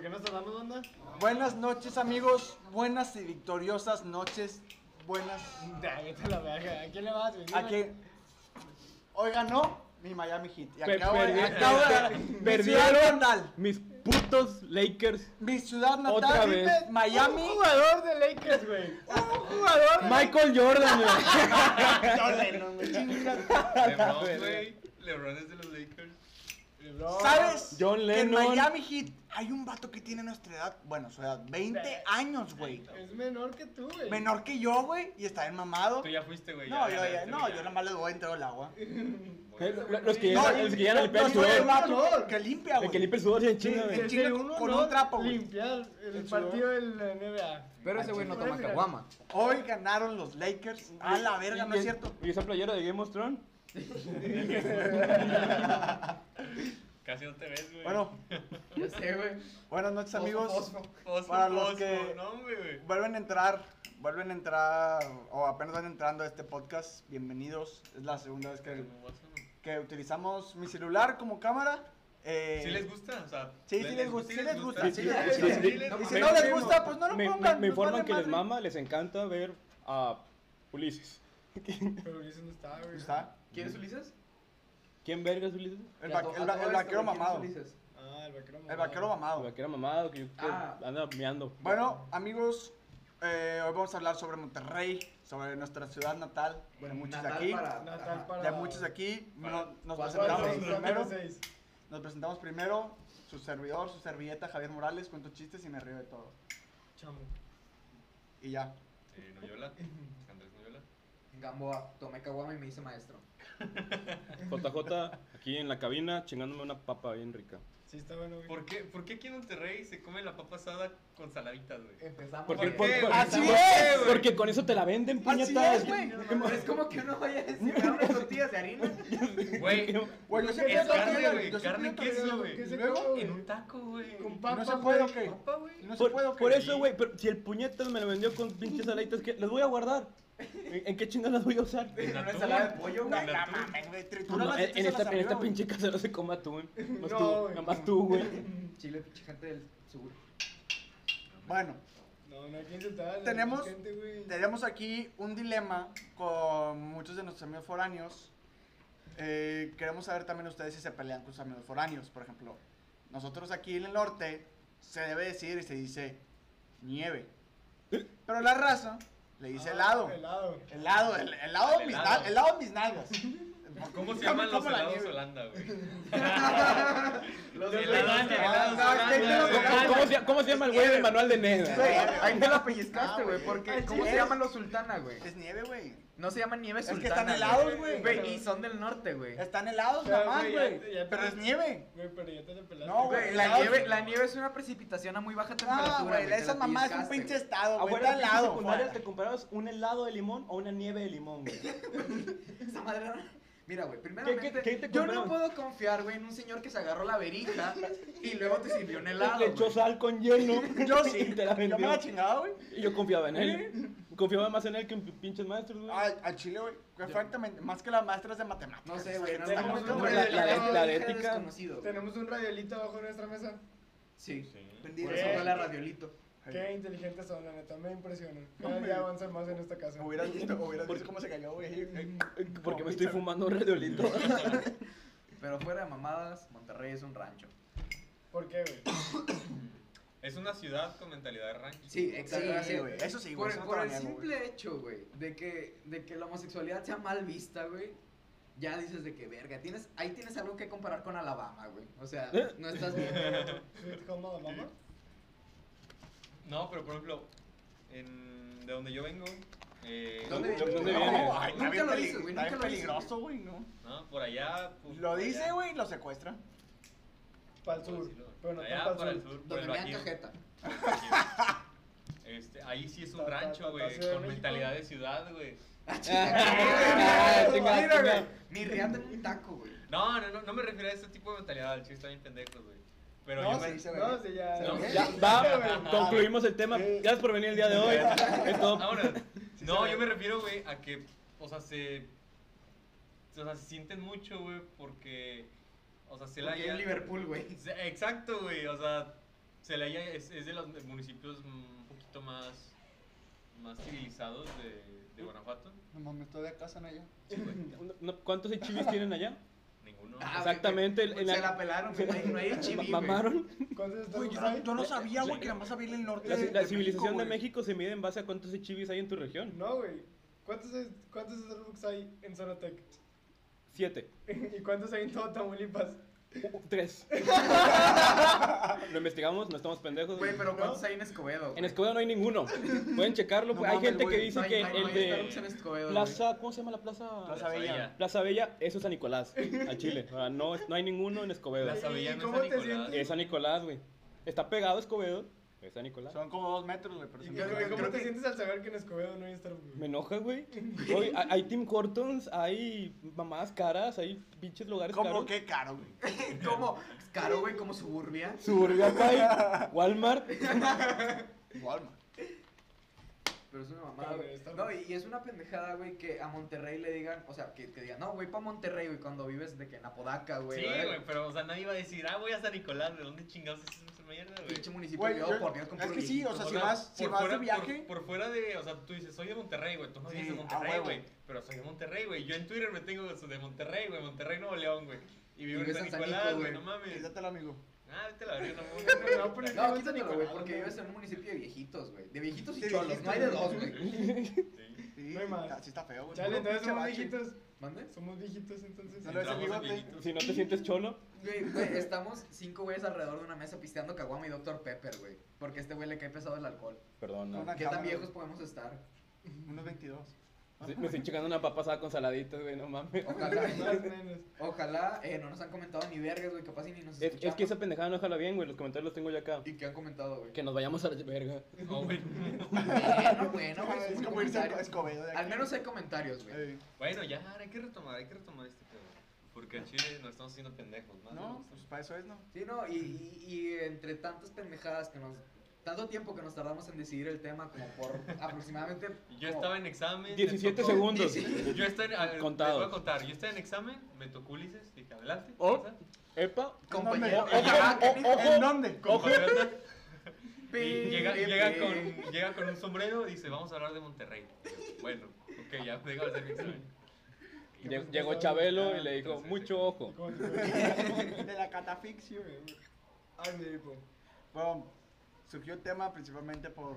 qué nos tardamos, banda? Buenas noches, amigos. Buenas y victoriosas noches. Buenas. Ay, vete a la verga. ¿A quién le vas, güey? Dime. ¿A qué? Hoy ganó mi Miami Heat. Y Pe- acabo de. perdi- Acabo de. pe- mi ciudad Perdieron natal. mis putos Lakers. Mi ciudad natal. Otra vez. Uh, Miami. Un jugador de Lakers, güey. Un jugador. Michael Jordan, güey. LeBron, güey. LeBron es de los Lakers. LeBron. ¿Sabes? John que Lennon. En Miami Heat hay un vato que tiene nuestra edad. Bueno, su edad. 20 años, güey. Es menor que tú, güey. Menor que yo, güey. Y está bien mamado. Tú ya fuiste, güey. No, ya yo, ya, ganaste, no, güey, yo nada más les voy a entrar el agua. Los que No, llegan, los que llegan a limpiar el no, no, sudor. el vato que limpia, El que güey. limpia el sudor se enchinga, Es En güey. el chinga uno, con ¿no? un trapo, güey. Limpiar el El partido del eh, NBA. Pero ese güey no toma caguama. Hoy ganaron los Lakers. A la verga, no Y- es cierto. ¿Y esa playera de Game of Thrones? Casi no te ves, güey. Bueno, Ya sé, güey. buenas noches, amigos. Fosfo, para los fosfo, que- No, hombre, güey. Vuelven a entrar, vuelven a entrar, o apenas van entrando a este podcast. Bienvenidos. Es la segunda vez que, que utilizamos mi celular como cámara. Eh, ¿Sí les gusta? O sea, Sí, sí les gusta, sí les gusta, sí les gusta. Sí, sí, Sí, les Y si gusta. no les gusta, pues no lo Me, me- pongan. me nos vale informan que les madre. mama, les encanta ver a Ulises. Pero Ulises no está, güey. Está. ¿Quieres Ulises? ¿Quién verga es Ulises? El, Ya va- to- el, a va- todo el vaquero esto, güey, ¿quieres mamado. Ulises? Ah, el vaquero mamado. El vaquero La mamado. que era mamado, que, que Ah. anda meando. Bueno, amigos, eh, hoy vamos a hablar sobre Monterrey, sobre nuestra ciudad natal. Bueno, muchos de Natal aquí. para- Natal ajá. para... Ya muchos de aquí Para- no- nos ¿Cuántos presentamos seis, primero. seis. Nos presentamos primero, su servidor, su servilleta Javier Morales, cuento chistes y me río de todo. Chamo. Y ya. Sí, Noyola. Andrés Noyola. Gamboa, tomé caguama y me hice maestro. JJ, aquí en la cabina, chingándome una papa bien rica. Sí, está bueno, güey. ¿Por qué, ¿Por qué aquí en Monterrey se come la papa asada con saladitas, güey? Empezamos. Porque, ¿Por por- qué, güey. por- güey? Así por- es, güey. Porque con eso te la venden, puñetas. es, güey. Pero es como que no vaya a decir, "Ah, unas tortillas de harina. Güey, Bueno, Eh, yo es yo carne, siempre- güey. yo siempre Carne, he tenido- queso, güey. ¿Qué se ¿Y luego? come, En güey? un taco, güey. Con ¿Y papa, no se puede o güey. qué? Papa, güey. No se Por, puede o qué? por eso, güey, pero si el puñetas me lo vendió con pinches alitas, ¿qué? ¿les voy a guardar? ¿En, en qué chingas las voy a usar? En atún. una ensalada de pollo, No, güey. no atún. mames, güey, Tú trituras no, las en, en hechas a esta, la en esta sangría, güey. pinche casa no se come atún. Más No, tú, güey. nada más tú, güey. Chile, pinche gente del sur. Bueno, No, no hay que insultar a la Tenemos- gente, güey. tenemos aquí un dilema con muchos de nuestros amigos foráneos. Eh, queremos saber también ustedes si se pelean con sus amigos foráneos. Por ejemplo, nosotros aquí en el norte se debe decir y se dice nieve. Pero la raza le dice Ah, helado. Helado. Helado, el, helado, El mis helado. nal- helado mis nalgas. ¿Cómo se Ya me llaman los como la helados nieve. Holanda, güey? Los de Holanda, de helados No, Holanda, es que no, güey. no, Ah, no, ¿Cómo, cómo se, cómo se llama el güey del manual de Güey, Ned? Ahí me la pellizcaste, Ah, güey. güey. Porque, Ay, ¿cómo sí se es. llaman los sultana, güey? Es nieve, güey. No se llaman nieve Es que sultana. están güey. helados, güey. Güey, y son del norte, güey. Están helados Ya, nada más, güey, ya- güey. ya- Pero es nieve. Güey, pero ya te lo pelaste. No, Güey, Ah, helados. la nieve, la nieve es una precipitación a muy baja temperatura. No, güey, te esa la mamá es un pellizcaste, pinche güey. estado, güey. Afuera Está en la helado. secundaria te comprabas un helado de limón o una nieve de limón, güey. Esa madre era- Mira, güey, primeramente, qué- qué te yo compraron? no puedo confiar, güey, en un señor que se agarró la verija y luego te sirvió un helado. Le echó güey. sal con hielo. Yo sí. Y te la Yo me vendió. la chingaba, güey. Y yo confiaba en él. Confiaba más en él que en pinches maestros, güey. Al, al chile, güey. que Francamente, más que las maestras de matemáticas. No sé, güey, no Están muy tenemos un cabrones. la- la- radio- la radio- ética. desconocido. güey. Tenemos un radiolito abajo de nuestra mesa. Sí, Bendito. por eso fue la radiolito. Qué inteligentes son, la neta, me impresionan. No, Cada hombre. día avanzan más en esta casa. Hubieras visto, hubieras visto cómo se cayó, güey. Porque No, me estoy pizza. fumando un redolito. Pero fuera de mamadas, Monterrey es un rancho. ¿Por qué, güey? Es una ciudad con mentalidad de rancho. Sí, exacto, sí, güey, eso sí, güey, Por, eso no por te el lo niego, simple hecho, güey, de que, de que la homosexualidad sea mal vista, güey. Ya dices de que verga, tienes, ahí tienes algo que comparar con Alabama, güey. O sea, ¿Eh? no estás ¿Sweet Home Alabama? No, pero por ejemplo, en... de donde yo vengo. Eh... ¿Dónde- dónde No, viene? ay, Nunca está bien lo peli- dices, güey, está bien nunca lo dices, peligroso, güey, ¿no? No, por allá. pues, Lo por dice, allá. güey, lo secuestra. Para el sur. Por Pero no allá, tan para para el sur. sur, por donde el me dan Bajío. cajeta. Este, ahí sí es Ta- un ta- ta- rancho, ta- güey, Ciudad de con México. mentalidad de ciudad, güey. Ah, chinga, Mira, güey, chinga. ni riata en un taco, güey. No, no, no, no me refiero a ese tipo de mentalidad, el chiste está bien pendejo, güey. Pero No, yo sí, me... se ve. No, sí, ya. No, Ya, va, concluimos el tema. Sí. Gracias por venir el día de hoy. Es todo. Vámonos. Sí no, se yo ve. me refiero, güey, a que, o sea, se... O sea, se sienten mucho, güey, porque... O sea, se la... Porque en Liverpool, güey. Sí, Exacto, güey, o sea... Celaya es, es de los municipios mm, un poquito más, más civilizados de, de Guanajuato. No mames, todavía casan allá. Sí, güey, No- no, ¿Cuántos chivis tienen allá? Ninguno. Ah, Exactamente, güey, el- se el- la pelaron, güey. No hay- No hay chibi, güey. ¿Mamaron? ¿Cuántos Güey, estados yo, hay? yo no sabía, güey, Sí. que nada más había en el norte. La, de- ci- la de civilización de güey. México se mide en base a cuántos chivis hay en tu región. No, güey. ¿Cuántos, es- ¿Cuántos Starbucks hay en Zonatec? Siete. ¿Y cuántos hay en todo Tamaulipas? Uh, Tres. Lo investigamos, no estamos pendejos. Güey, pero ¿No? ¿cuántos hay en Escobedo? güey? En Escobedo no hay ninguno. Pueden checarlo. No pues, hay mames, gente que güey. dice No hay- que no hay- no el hay Starbucks en de Escobedo, güey. Plaza, ¿cómo se llama la plaza? Plaza Bella. Plaza Bella, eso es San Nicolás, al Chile. O sea, no, no hay ninguno en Escobedo. Plaza ¿Y- y Villa no cómo es te San Nicolás. sientes? Es San Nicolás, güey. Está pegado a Escobedo, es San Nicolás. Son como dos metros, güey, pero ¿Y sí qué- me ¿Cómo, acuerdo. te sientes al saber que en Escobedo no hay Starbucks? Me enoja, güey. Güey, hay- hay Tim Hortons, hay mamás caras, hay pinches lugares ¿Cómo caros. que caro, güey? ¿Cómo? Es Caro, güey, como suburbia. Suburbia acá hay Walmart. Walmart. Pero es una Está mamada, bien, güey. está No, bien. y y es una pendejada, güey, que a Monterrey le digan, o sea, que, que digan, no, güey, pa' Monterrey, güey, cuando vives de que en Apodaca, güey. Sí, ¿verdad? güey, pero o sea, nadie va a decir, ah, voy a San Nicolás, ¿de dónde chingados es esa mierda, güey? Pinche municipio, Güey, yo, yo- oh, por Dios, con es puro que sí, o viejito. sea, si sea, vas, si por vas de fuera- viaje, Por, por fuera de, o sea, tú dices, soy de Monterrey, güey. Tú no Sí, dices a Monterrey, huevo. güey. Pero soy de Monterrey, güey. Yo en Twitter me tengo eso de Monterrey, güey. Monterrey, Nuevo León, güey. Y vivo en San Nicolás, Nico, güey. güey. No mames. quítatelo, amigo. Ah, vete a la verga, no No, pero- mames. No, San quítatelo, güey, Nicolás, porque güey. vives en un municipio de viejitos, güey. De viejitos y De cholos, viejitos, no hay de güey. dos, güey. Sí, No hay más. está- sí está feo, güey. Chale, Puro entonces pinche somos bache. viejitos. ¿Mande? Somos viejitos entonces. No lo ves el Entramos en bigote. viejitos. Si no te sientes cholo, Güey, güey, estamos cinco güeyes alrededor de una mesa pisteando caguama y Dr. Pepper, güey. Porque a este güey le cae pesado el alcohol. perdón. Una ¿Qué tan cámara, viejos podemos estar? Unos 22. Me estoy checando una papa asada con saladitas, güey, no mames. Ojalá, Más nenas. ojalá, eh, no nos han comentado ni vergas, güey, capaz y ni nos Es, escuchamos. es que esa pendejada no jala bien, güey. Los comentarios los tengo ya acá. ¿Y qué han comentado, güey? Que nos vayamos a la verga. No, Oh, güey. Bueno, bueno, güey, Es son como irse a comentarios. Escobedo de Al aquí. menos hay comentarios, güey. Eh, Bueno, ya, ahora hay que retomar, hay que retomar este pedo. Porque al chile nos estamos haciendo pendejos, más de No, lo que pues para eso es, ¿no? Sí, no, y, y- y entre tantas pendejadas que nos. Tanto tiempo que nos tardamos en decidir el tema, como por aproximadamente. pues, estamos. Yo estaba en examen. me 17 tocó- segundos. Yo estaba en. a ver, Contados. Les voy a contar. Yo estaba en examen, me tocó Ulises, dije, adelante. Oh. pasa. Epa. Compañero. ¿En dónde? Ajá, que ni- Ojo. ¿En dónde? Compatriota. Pi, Y llega, pi, llega, pi. con, llega con un sombrero y dice, vamos a hablar de Monterrey. Bueno, ok, ya, déjame hacer mi examen. Lle- Llegó Chabelo y le dijo, mucho ojo. ¿Cómo te fue? De la catafixio. Ay, me dijo. Bueno, surgió el tema principalmente por,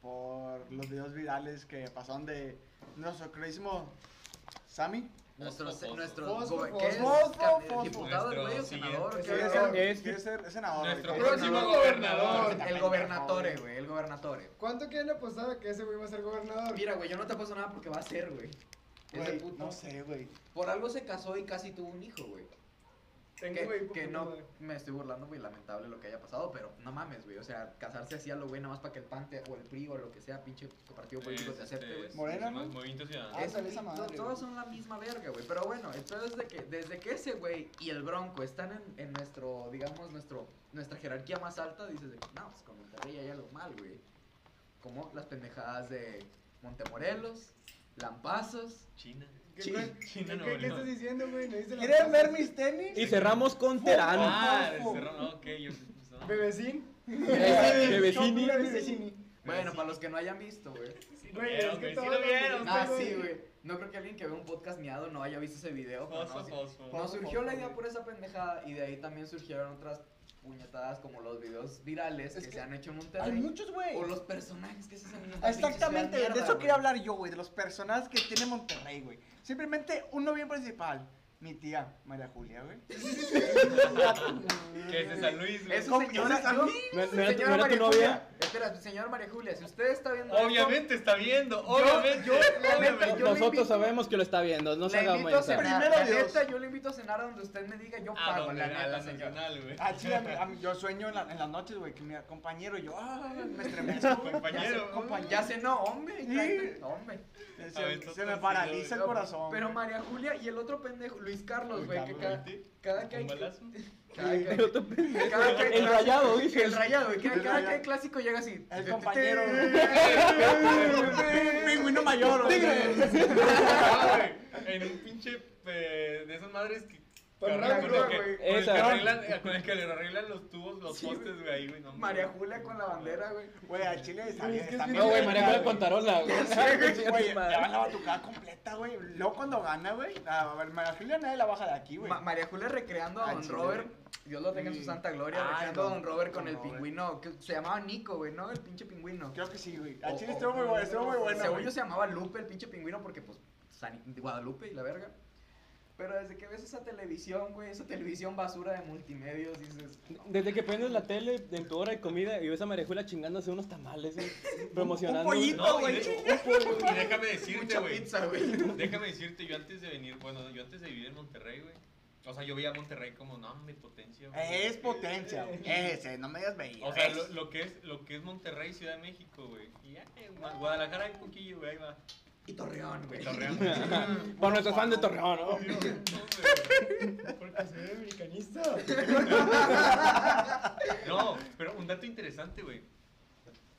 por los videos virales que pasaron de nuestro queridísimo Sammy. Nuestro, Fosfo, nuestro fosfo. gober- Fosfo, ¿qué es? fosfo, Can- fosfo. Diputado, Nuestro güey, o senador. siguiente- ¿qué Ese es? es- Es- Quiere ser senador. Nuestro güey, quiere ser próximo senador. gobernador. El gobernatore, güey, el gobernatore. ¿Cuánto queda en la posada que ese güey va a ser gobernador? Mira, güey, yo no te paso nada porque va a ser, güey. Ese Güey, puto. no sé, güey. Por algo se casó y casi tuvo un hijo, güey. Tengo, güey, Que, poca que no madre. me estoy burlando, güey, lamentable lo que haya pasado, pero no mames, güey. O sea, casarse así a lo güey, nada más para que el PAN te- o el PRI o lo que sea, pinche partido político te acepte, güey. Morena, ¿no? Este, Movimiento Ciudadano. Ah, Es- sale esa madre, to- güey. todos son la misma verga, güey. Pero bueno, entonces de que, desde que ese güey y el Bronco están en, en nuestro, digamos, nuestro, nuestra jerarquía más alta, dices de que no, pues con Monterrey hay algo mal, güey. Como las pendejadas de Montemorelos, Lampazos. China. ¿Qué, Sí, güey? China, ¿Qué- no, ¿Qué, no. estás diciendo, güey? ¿No dice la ¿Quieren frase? ver mis tenis? Y cerramos con Terán. Ah, ojo. cerró, no, ok, yo... pues, no. Bebecín. Eh, Bebecini. Mira, Bebecini. Bueno, sí. para los que no hayan visto, güey. Sí lo Güey, es vieron, que güey, sí todo lo lo- vieron. Ah, Ah, güey. sí, güey. No creo que alguien que ve un podcast miado no haya visto ese video. pero Fosfo, no, sí. fosfo. Nos surgió la idea güey. por esa pendejada y de ahí también surgieron otras puñetadas como los videos virales Es que, que se han hecho en Hay Monterrey. muchos, güey. O los personajes que se hacen en esta Exactamente, pinche ciudad de mierda, eso quería güey. hablar yo, güey, de los personajes que tiene Monterrey, güey. Simplemente uno bien principal, mi tía María Julia, güey. Que es de San Luis, güey. Eso, ¿Cómo señora, dices a mí? ¿No, no era, tu- no señora era tu María novia? Julia. Espera, señora María Julia, si usted está viendo esto, Obviamente está viendo, obviamente. yo- la neta, obviamente. yo lo invito. Nosotros sabemos que lo está viendo. No se la haga invito a mensa. cenar. Primero la Dios. neta, yo le invito a cenar a donde usted me diga, Ah, yo A pago, Ah, donde la a la neta, señora. nacional, güey. Ah, sí, a mí- a mí- yo sueño en, la- en las noches, güey, que mi compañero y yo, ah, me estremezco, güey. Compañero, Ya sé, compa- Ya sé, no, hombre, Sí. cállate, hombre. ya A ver, se, todo se me torcido, paraliza el güey. corazón. Pero güey. María Julia y el otro pendejo, Luis Carlos, Luis güey, que Carlos, cada, cada que hay... Un balazo. Cada que hay... El otro pendejo. cada que hay El clásico- rayado, El dices. rayado, güey, El cada, cada que rayado. hay clásico llega así. el compañero. Un Pingüino mayor, güey. tigre. No, güey, En un pinche eh, de esas madres que Con Con Rank el Rover, que- güey. con el que Esa. arreglan- eh, Con el que le arreglan los tubos, los Sí, postes, güey. güey, ahí, güey. no mames. María Julia con la bandera, güey. Güey, al chile está Güey, bien. es que es está bien bien No, güey, verga, María Julia güey. con tarola, güey. Oye, Oye, le van la batucada completa, güey. Luego cuando gana, güey. A ver, María Julia nadie la baja de aquí, güey. Ma- María Julia recreando a Al Don chile, Robert. güey. Dios lo tenga en su Mm. santa gloria. Ay, recreando a Don- Don Robert con Don el Robert. pingüino. Que se llamaba Nico, güey, ¿no? El pinche pingüino. Creo que sí, güey. Al O- chile o- estuvo muy bueno, estuvo muy bueno. Según Oh, güey. yo se llamaba Lupe el pinche pingüino porque pues San- de Guadalupe y la verga. Pero desde que ves esa televisión, güey, esa televisión basura de multimedios, dices, Desde que prendes la tele en tu hora de comida y ves a Marejula chingándose unos tamales, güey, Un promocionando. pollito, No, güey. y de- y déjame decirte, mucha güey. pizza, güey. Déjame decirte, yo antes de venir, bueno, yo antes de vivir en Monterrey, güey. O sea, yo veía a Monterrey como, no, mi potencia, güey. Es potencia, güey. Ese, no me digas veía. O sea, lo, lo que es, lo que es Monterrey, Ciudad de México, güey. Y ya, eh, Gua- Guadalajara hay poquillo, güey, ahí va. Y Torreón, güey. Y Torreón. Mm, Por nuestros fans de Torreón, no, ¿no? Dios, no, güey. Porque soy americanista. No, pero un dato interesante, güey.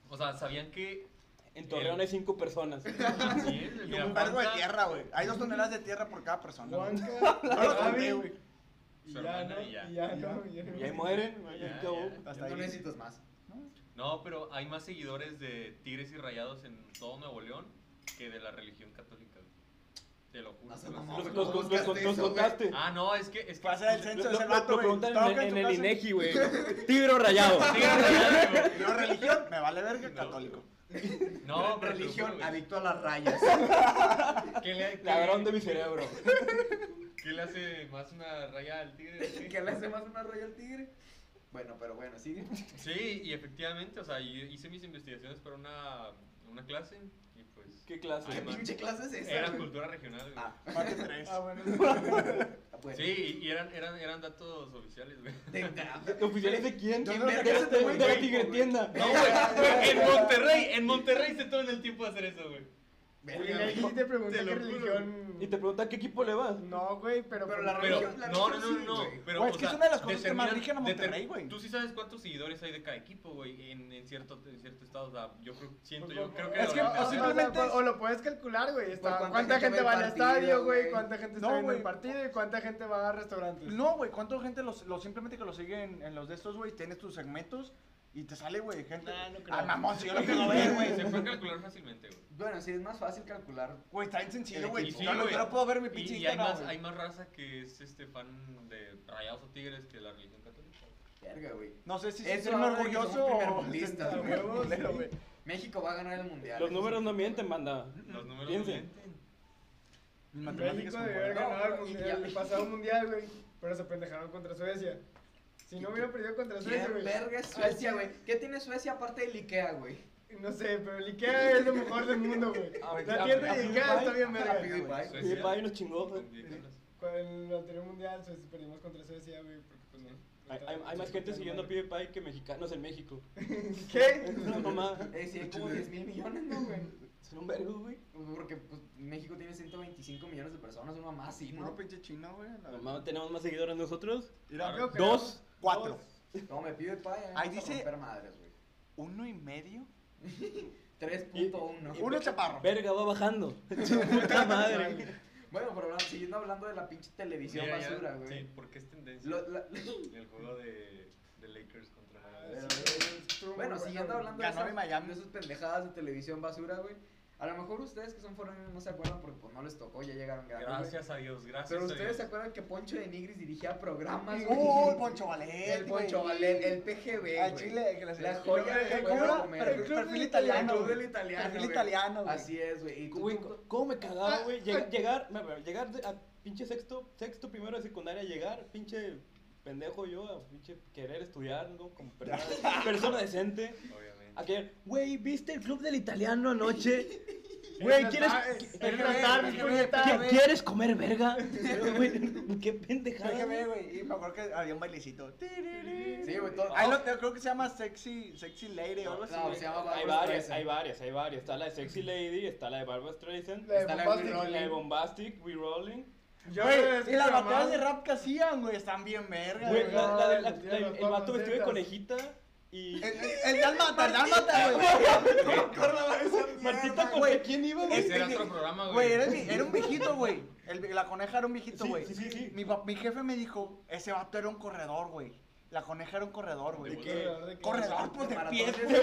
O sea, ¿sabían que En Torreón hay cinco personas. sí es? Y Mira, un vergo de Juanca, tierra, güey. Hay dos toneladas de tierra por cada persona. güey. Juanca, No lo Gaby, conté, güey. y Su ya, hermana ¿no? y ya. Y ya, ¿no? Y Y ya, ahí ¿no? Y ahí mueren, güey. Ya, ¿qué hubo? ya. Hasta No ahí. necesitas más. No, pero hay más seguidores de Tigres y Rayados en todo Nuevo León que de la religión católica. güey. Te lo juro. No se te lo mamó, juro. Los, güey. los, los- los- los- los contaste. Ah, no, es que es que Pasa el Lo, censo lo- de ese lo- lo vato, güey. preguntan en, Toca el- en tu el casa. INEGI, güey. Tigre o rayado. Tigres y Rayados, güey. Yo religión, me vale verga, No. católico. No, pero te lo juro, Religión, güey. adicto a las rayas. ¿Qué le, qué Ladrón le- de mi cerebro. qué le hace más una raya al tigre? ¿Qué le hace más una raya al tigre? Bueno, pero bueno, sí. Sí, y efectivamente, o sea, y- hice mis investigaciones para una, una clase y pues ¿Qué clase? ¿Qué Ay, man. pinche clase es esa? era güey? cultura regional. güey. Ah, Parte tres. Ah, bueno. bueno. Sí, y- y eran, eran, eran datos oficiales, güey. De- ¿De ¿Oficiales de quién? Yo De no sé qué hace, güey, de la güey. tigre tienda. No, güey, güey, en Monterrey, en Monterrey se toman el tiempo de hacer eso, güey. Y Verga, ahí güey. sí te pregunté Te lo qué juro. religión. Y te preguntan qué equipo le vas. No, güey, pero. Pero la Pero, religión- la no, no, religión no, sí, no, güey. pero, Güey, es o que es sea, una de las cosas que determina- más rigen a deter- Monterrey, güey. Tú sí sabes cuántos seguidores hay de cada equipo, güey, en, en cierto, en cierto estado, o sea, yo creo, siento, yo creo Pues, que... Es que, lo- o, sea, o sea, simplemente es- o lo puedes calcular, güey. está- Por ¿Cuánta, cuánta gente, gente ve va al el partido, estadio, güey? güey. ¿Cuánta gente está No, viendo el güey. partido? ¿Y cuánta gente va a restaurantes? No, güey, ¿cuánta gente los, los simplemente que los siguen en los de estos, güey? Tienes tus segmentos y te sale, güey, gente. Nah, no creo. ah, mamón, si yo lo quiero ver, güey. Se puede calcular fácilmente, güey. Bueno, sí, es más fácil calcular. Güey, está bien sencillo, El güey. Y sí, yo, no, güey. yo no puedo ver mi Y- pinche Y, hay, Instagram, más, güey. hay más raza que es este fan de Rayados o Tigres que la religión católica. Verga, güey. No sé si Eso sentirme habla de que orgulloso somos o primermundistas, sentirme güey. culero, güey. México va a ganar el mundial. Los eso números sí. no mienten, manda. Los números Piensen. no mienten. Mis matemáticas México son debió haber buenas. No, ganado el y mundial, ya. el pasado mundial, güey. Pero se pendejaron contra Suecia. Si no hubiera perdido contra Suecia, ¿Quién güey. verga es Ay, Suecia, güey? ¿Qué tiene Suecia aparte del Ikea, güey? No sé, pero el Ikea es lo mejor del mundo, güey. Ah, güey, La ah, tierra ah, de ah, Ikea está ah, bien ah, verga. ah, güey. Güey, Suecia. Y el país nos chingó. Entendí, Carlos. Con el anterior mundial pues, perdimos contra Suecia, güey. Porque pues no. Hay, hay- hay más gente siguiendo a PewDiePie que mexicanos en México. ¿Qué? No, mamá. Eh, sí, hay como 10 mil millones, ¿no, güey? Son un vergo, güey. Pues Porque pues, México tiene 125 millones de personas, una más, sí, Puro ¿no? pinche chino, güey. la No, verdad. mamá, tenemos más seguidores nosotros. Mira, Claro. Dos. cuatro. No, me pide pa' ya, Ahí vamos a dice- romper madres, güey. Uno y medio. 3.1. Uno chaparro. Verga, va bajando. Puta madre. Bueno, pero hablando- siguiendo hablando de la pinche televisión Mira, ya- basura, güey. Sí, porque es tendencia. Lo- la- Ah, El juego de, de Lakers contra Pero, Mavericks. Estuvo muy Bueno, siguiendo güey. hablando de, Ganó esas- de Miami. de esas pendejadas de televisión basura, güey. A lo mejor ustedes que son foráneos no se acuerdan porque pues, no les tocó, ya llegaron grandes. güey. Gracias a Dios, gracias Pero a ustedes se Dios. acuerdan que Poncho de Nigris dirigía programas, güey. Uy, Poncho Valet. el Poncho Valer, el PGB, Al güey. chile, que las- La el- joya el- que el fueron club- a comer. pero el club Perfil del italiano, italiano, güey. güey. italiano, Perfil güey. italiano, güey. Así es, güey. Y tú- Güey, tú- ¿cómo me cagaba, güey? ah. Lleg- Llegar, me- me- llegar de- a pinche sexto, sexto primero de secundaria, llegar, pinche pendejo yo, a pinche querer estudiar, ¿no? Como persona, persona decente. Obviamente. A querer, güey, ¿viste el club del italiano anoche? En Güey, la ¿quieres, tar- qui- En la tarde, puñeta. qui- ¿quieres comer verga? Güey, qué pendejada. Déjame, güey. güey. Y me acuerdo que había un bailecito. Sí, güey, todo- Ahí lo tengo, creo que se llama Sexy, sexy Lady o algo así. No, pues güey. se llama Barbra Hay varias, Streisand. hay varias, hay varias. Está la de Sexy Lady, está la de Barbara Streisand, La de Está la Bombastic. Willy la de Bombastic, We Rolling. Yo, Güey, es que y las se batallas llamaban- de rap que hacían, güey, están bien verga, Güey, güey. la, la, de- la- el tío de la- las el vato papas vestido de fritas. conejita. Y. El, el, el dálmata, el dálmata, güey. Martita, ¿con güey. quién iba, güey? Ese era otro programa, güey. Güey, era, el vi- era un viejito, güey. El- La coneja era un viejito, Sí, güey. sí, sí, sí. Mi, pa- mi jefe me dijo, ese vato era un corredor, güey. La coneja era un corredor, ¿De güey. qué? Corredor de qué? Corredor, pues, de maratón, pies, de güey.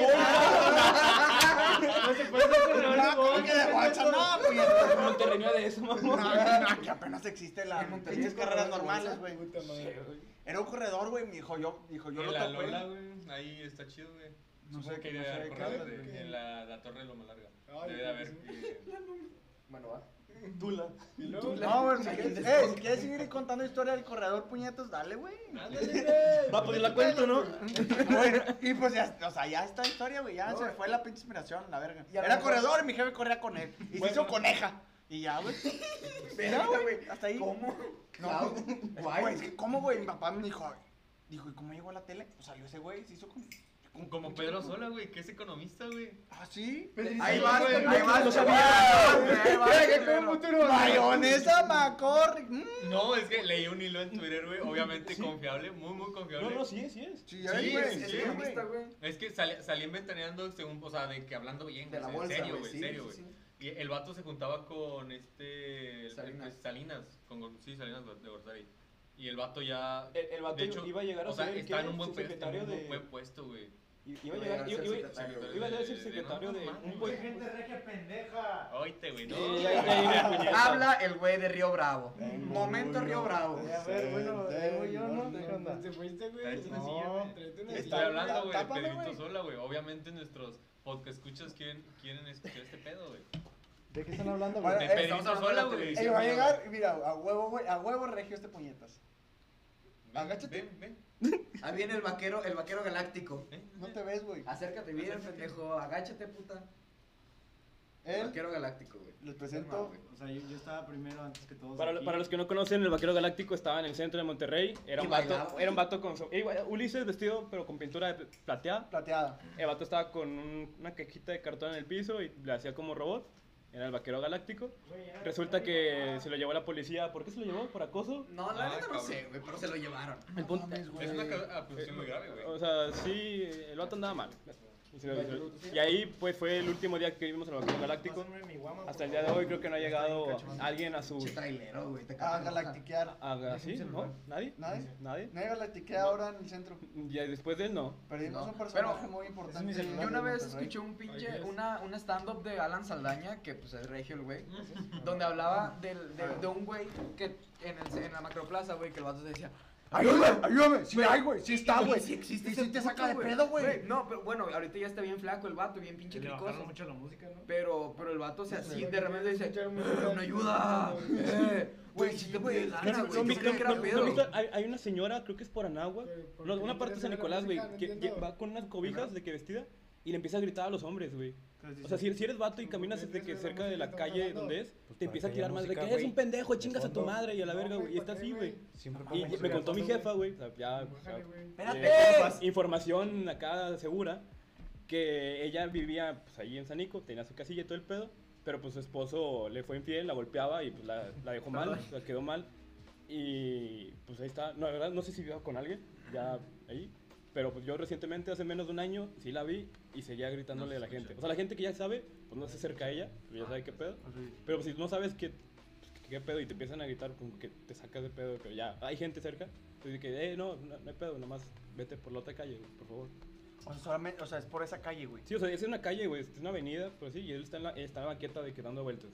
No se puede ser corredor Ah, de ¿cómo que de guacha? No, pues. Monterrey no era de eso, No, mamón. no, no, que apenas existe la En Monterrey pinches es carreras corredor de normales, güey. güey. Puta madre. Era un corredor, güey, me dijo yo, dijo yo en lo la topé. Lola, güey. Ahí está chido, güey. No sé Supongo qué- que no era sé de el qué corredor hablas, de- güey. en la, la torre de Loma Larga. Ay, Debe de haber. eh, Bueno, va. Tula. Y luego- No, güey, si quieres, eh, si quieres seguir contando historia del corredor, puñetas, dale, güey. Ándale, güey. Va, pues yo la cuento, ¿no? Bueno, y pues ya, o sea, ya está la historia, güey, ya No, se güey. fue la pinche inspiración, la verga. Y a lo Era mejor- corredor y mi jefe corría con él. Y se Bueno. hizo coneja. Y ya, güey. Verga, güey. Hasta ahí. ¿Cómo? No, Guay. güey, es que ¿cómo, güey? Mi papá me dijo, dijo, ¿y cómo llegó a la tele? Pues salió ese güey, se hizo con... con- Como Pedro Sola, güey, que es economista, güey. Ah, sí. Ahí Sí, vas, güey, ahí no vas. lo Ahí vas, Verga, primero. ¿cómo tú no? Mayonesa Macorri. mm. No, es que leí un hilo en Twitter, güey. Obviamente confiable, muy, muy confiable. No, no, sí es, sí es. Sí, Sí, ahí, güey, sí, sí, sí, güey. Economista, güey. Es que sal- salían ventaneando según, o sea, de que hablando bien, De güey, la en bolsa, serio, güey, güey, en sí, serio, sí, güey. sí. Y el vato se juntaba con este el- Salinas. pues, Salinas, con Gor- sí, Salinas Gor- de Gortari. Y el vato ya El, el vato de hecho, iba a llegar a o sea, ser el que está era en un el buen puesto, en secretario un de. buen puesto, güey. Iba a llegar, iba, ser iba- secretario, güey. iba a ser de- de- secretario no, de mames, un güey. buen puesto. regia pendeja. Oíste, güey, no. Sí, ya- ya- ya- ya- ya- Habla el güey de Río Bravo. Momento Río Bravo. A ver, bueno, eh, llego yo, ¿no? ¿Qué onda? ¿Te fuiste, güey? Tráete una No. silla, güey. Tráete una Estoy silla, hablando, güey, de tápame, Pedrito güey. Sola, güey. Obviamente nuestros podcast escuchas quieren, quieren escuchar este pedo, güey. ¿De qué están hablando, Bueno, De eh, Pedrito estamos hablando Sola, de la güey. Ey, va a llegar, y mira, a huevo, güey, a huevo regio este puñetas. Ven, agáchate. Ven, ven. Ahí viene el vaquero, el vaquero galáctico. ven, No ven. te ves, güey. ¿Eh? Acércate bien, pendejo. Agáchate, puta. El Él, vaquero galáctico, güey. les No, presento. güey. O sea, yo, yo estaba primero antes que todos. Para, aquí. para los que no conocen, el Vaquero Galáctico estaba en el centro de Monterrey. Era Y un vato, bailaba. era un vato con so- eh, güey, Ulises vestido, pero con pintura de plateada. Plateada. El vato estaba con un- una cajita de cartón en el piso y le hacía como robot. Era el Vaquero Galáctico. Resulta que se lo llevó la policía. ¿Por qué se lo llevó? ¿Por acoso? No, Ah, la neta no cabrón. sé, güey, pero se lo llevaron. El punto- Es una ca- acusación muy grave, O güey. sea, sí, el vato andaba mal. Y, se lo- se lo- y ahí pues fue el último día que vimos al Vaquero Galáctico. Hasta el día de hoy creo que no ha llegado alguien a su... Che trailero, güey. te A cagas. Ah, galactiquear. a- a- Ah, ¿Sí? ¿No? ¿Nadie? ¿Nadie? ¿Nadie? No hay galactiquea ahora en el centro. Ya después de él no. Perdimos No, un personaje pero- muy ese es mi importante. celular, Yo una de vez Monterrey. escuché un Ay, pinche, Dios. una, una stand-up de Alan Saldaña, que pues es regio el güey, donde hablaba del, de, de un güey que en, el, en la macroplaza, güey, que el vato decía, Ayúdame, ayúdame. Sí Güey. hay, güey. Sí está, güey. Sí existe Y ese sí te puto, saca de pedo, güey. No, pero bueno, ahorita ya está bien flaco el vato, bien pinche Le cricoso. bajaron mucho la música, ¿no? Pero, pero el vato se así, güey. de repente dice, Escuchar "Eh, música. una ayuda. eh". Güey, si te puede lana, ¿No güey. Yo viste- creí que era no- pedo. no viste- hay, hay una señora, creo que es por Anagua, Pero, ¿por no, qué una no parte de quieres San ver la Nicolás, güey, música? No que- que entiendo. va con unas cobijas de que vestida y le empieza a gritar a los hombres, güey. O sea, si, si eres vato y ¿Por caminas qué desde que quieres ver la cerca de la música que calle estamos donde es, hablando? Pues te para empieza a que tirar haya más de que música, eres güey, un pendejo, de chingas a tu fondo. madre y a la No, verga, güey. Y ¿para está qué, así, güey. Ah, Siempre Y pongo me contó mi fondo, jefa, güey, o sea, ya, o sea, Bájale, güey. eh, Espérate. información acá segura que ella vivía pues, ahí en Sanico, tenía su casilla y todo el pedo, pero pues su esposo le fue infiel, la golpeaba y pues la, la dejó mal, la quedó mal. Y pues ahí está, no, la verdad no sé si viva con alguien, ya ahí, pero pues yo recientemente, hace menos de un año, sí la vi y seguía gritándole a la gente. O sea, la gente que ya sabe, pues no se acerca a ella, pues, ya sabe qué pedo, pero pues, si no sabes qué, pues, qué pedo y te empiezan a gritar, como que te sacas de pedo, pero ya hay gente cerca. Entonces que, eh, no, no, no hay pedo, nomás vete por la otra calle, güey, por favor. O sea, solamente, o sea, es por esa calle, güey. Sí, o sea, es una calle, güey, es una avenida, pero sí, y él está en la, está en la banqueta de que dando vueltas.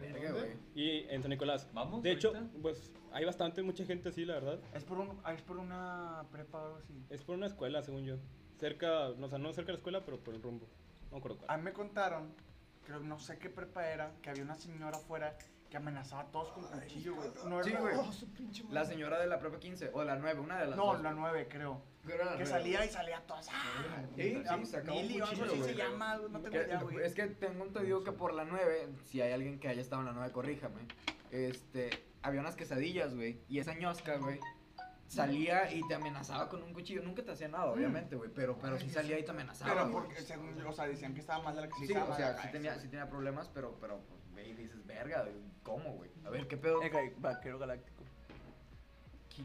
Verga, güey. Y en San Nicolás. Vamos, De hecho, ahorita. pues hay bastante, mucha gente así, la verdad. Es por, un, ah, es por una prepa o algo así. Es por una escuela, según yo. Cerca, no, o sea, no cerca de la escuela, pero por el rumbo. No me acuerdo A cuál. mí me contaron, creo, no sé qué prepa era, que había una señora afuera que amenazaba a todos con cuchillo, güey. No, Sí, era- güey. ah, Oh, La señora de la propia 15, o la 9, una de las no, dos. la nueve, creo. Creo era la Que nueve. salía y salía todas. ¡Ah! Sí, Ah, sí, sacaba un Mili o algo cuchillo, así güey. se llama, algo, no tengo Que- idea, güey. es que tengo entendido que por la 9, si hay alguien que haya estado en la 9, corríjame. Este, había unas quesadillas, güey. Y esa ñosca, güey, salía y te amenazaba con un cuchillo. Nunca te hacía Mm. nada, obviamente, güey. Pero, pero sí salía y te amenazaba. Pero güey. porque, según yo, o sea, decían que estaba más de la que sí Sí, estaba o mal de sea, la sí cabeza, tenía, güey. sí tenía problemas, pero, pero, pues, ve y dices, verga, güey, ¿cómo, güey? A ver, ¿qué pedo? Ok, vaquero galáctico. ¿Qui-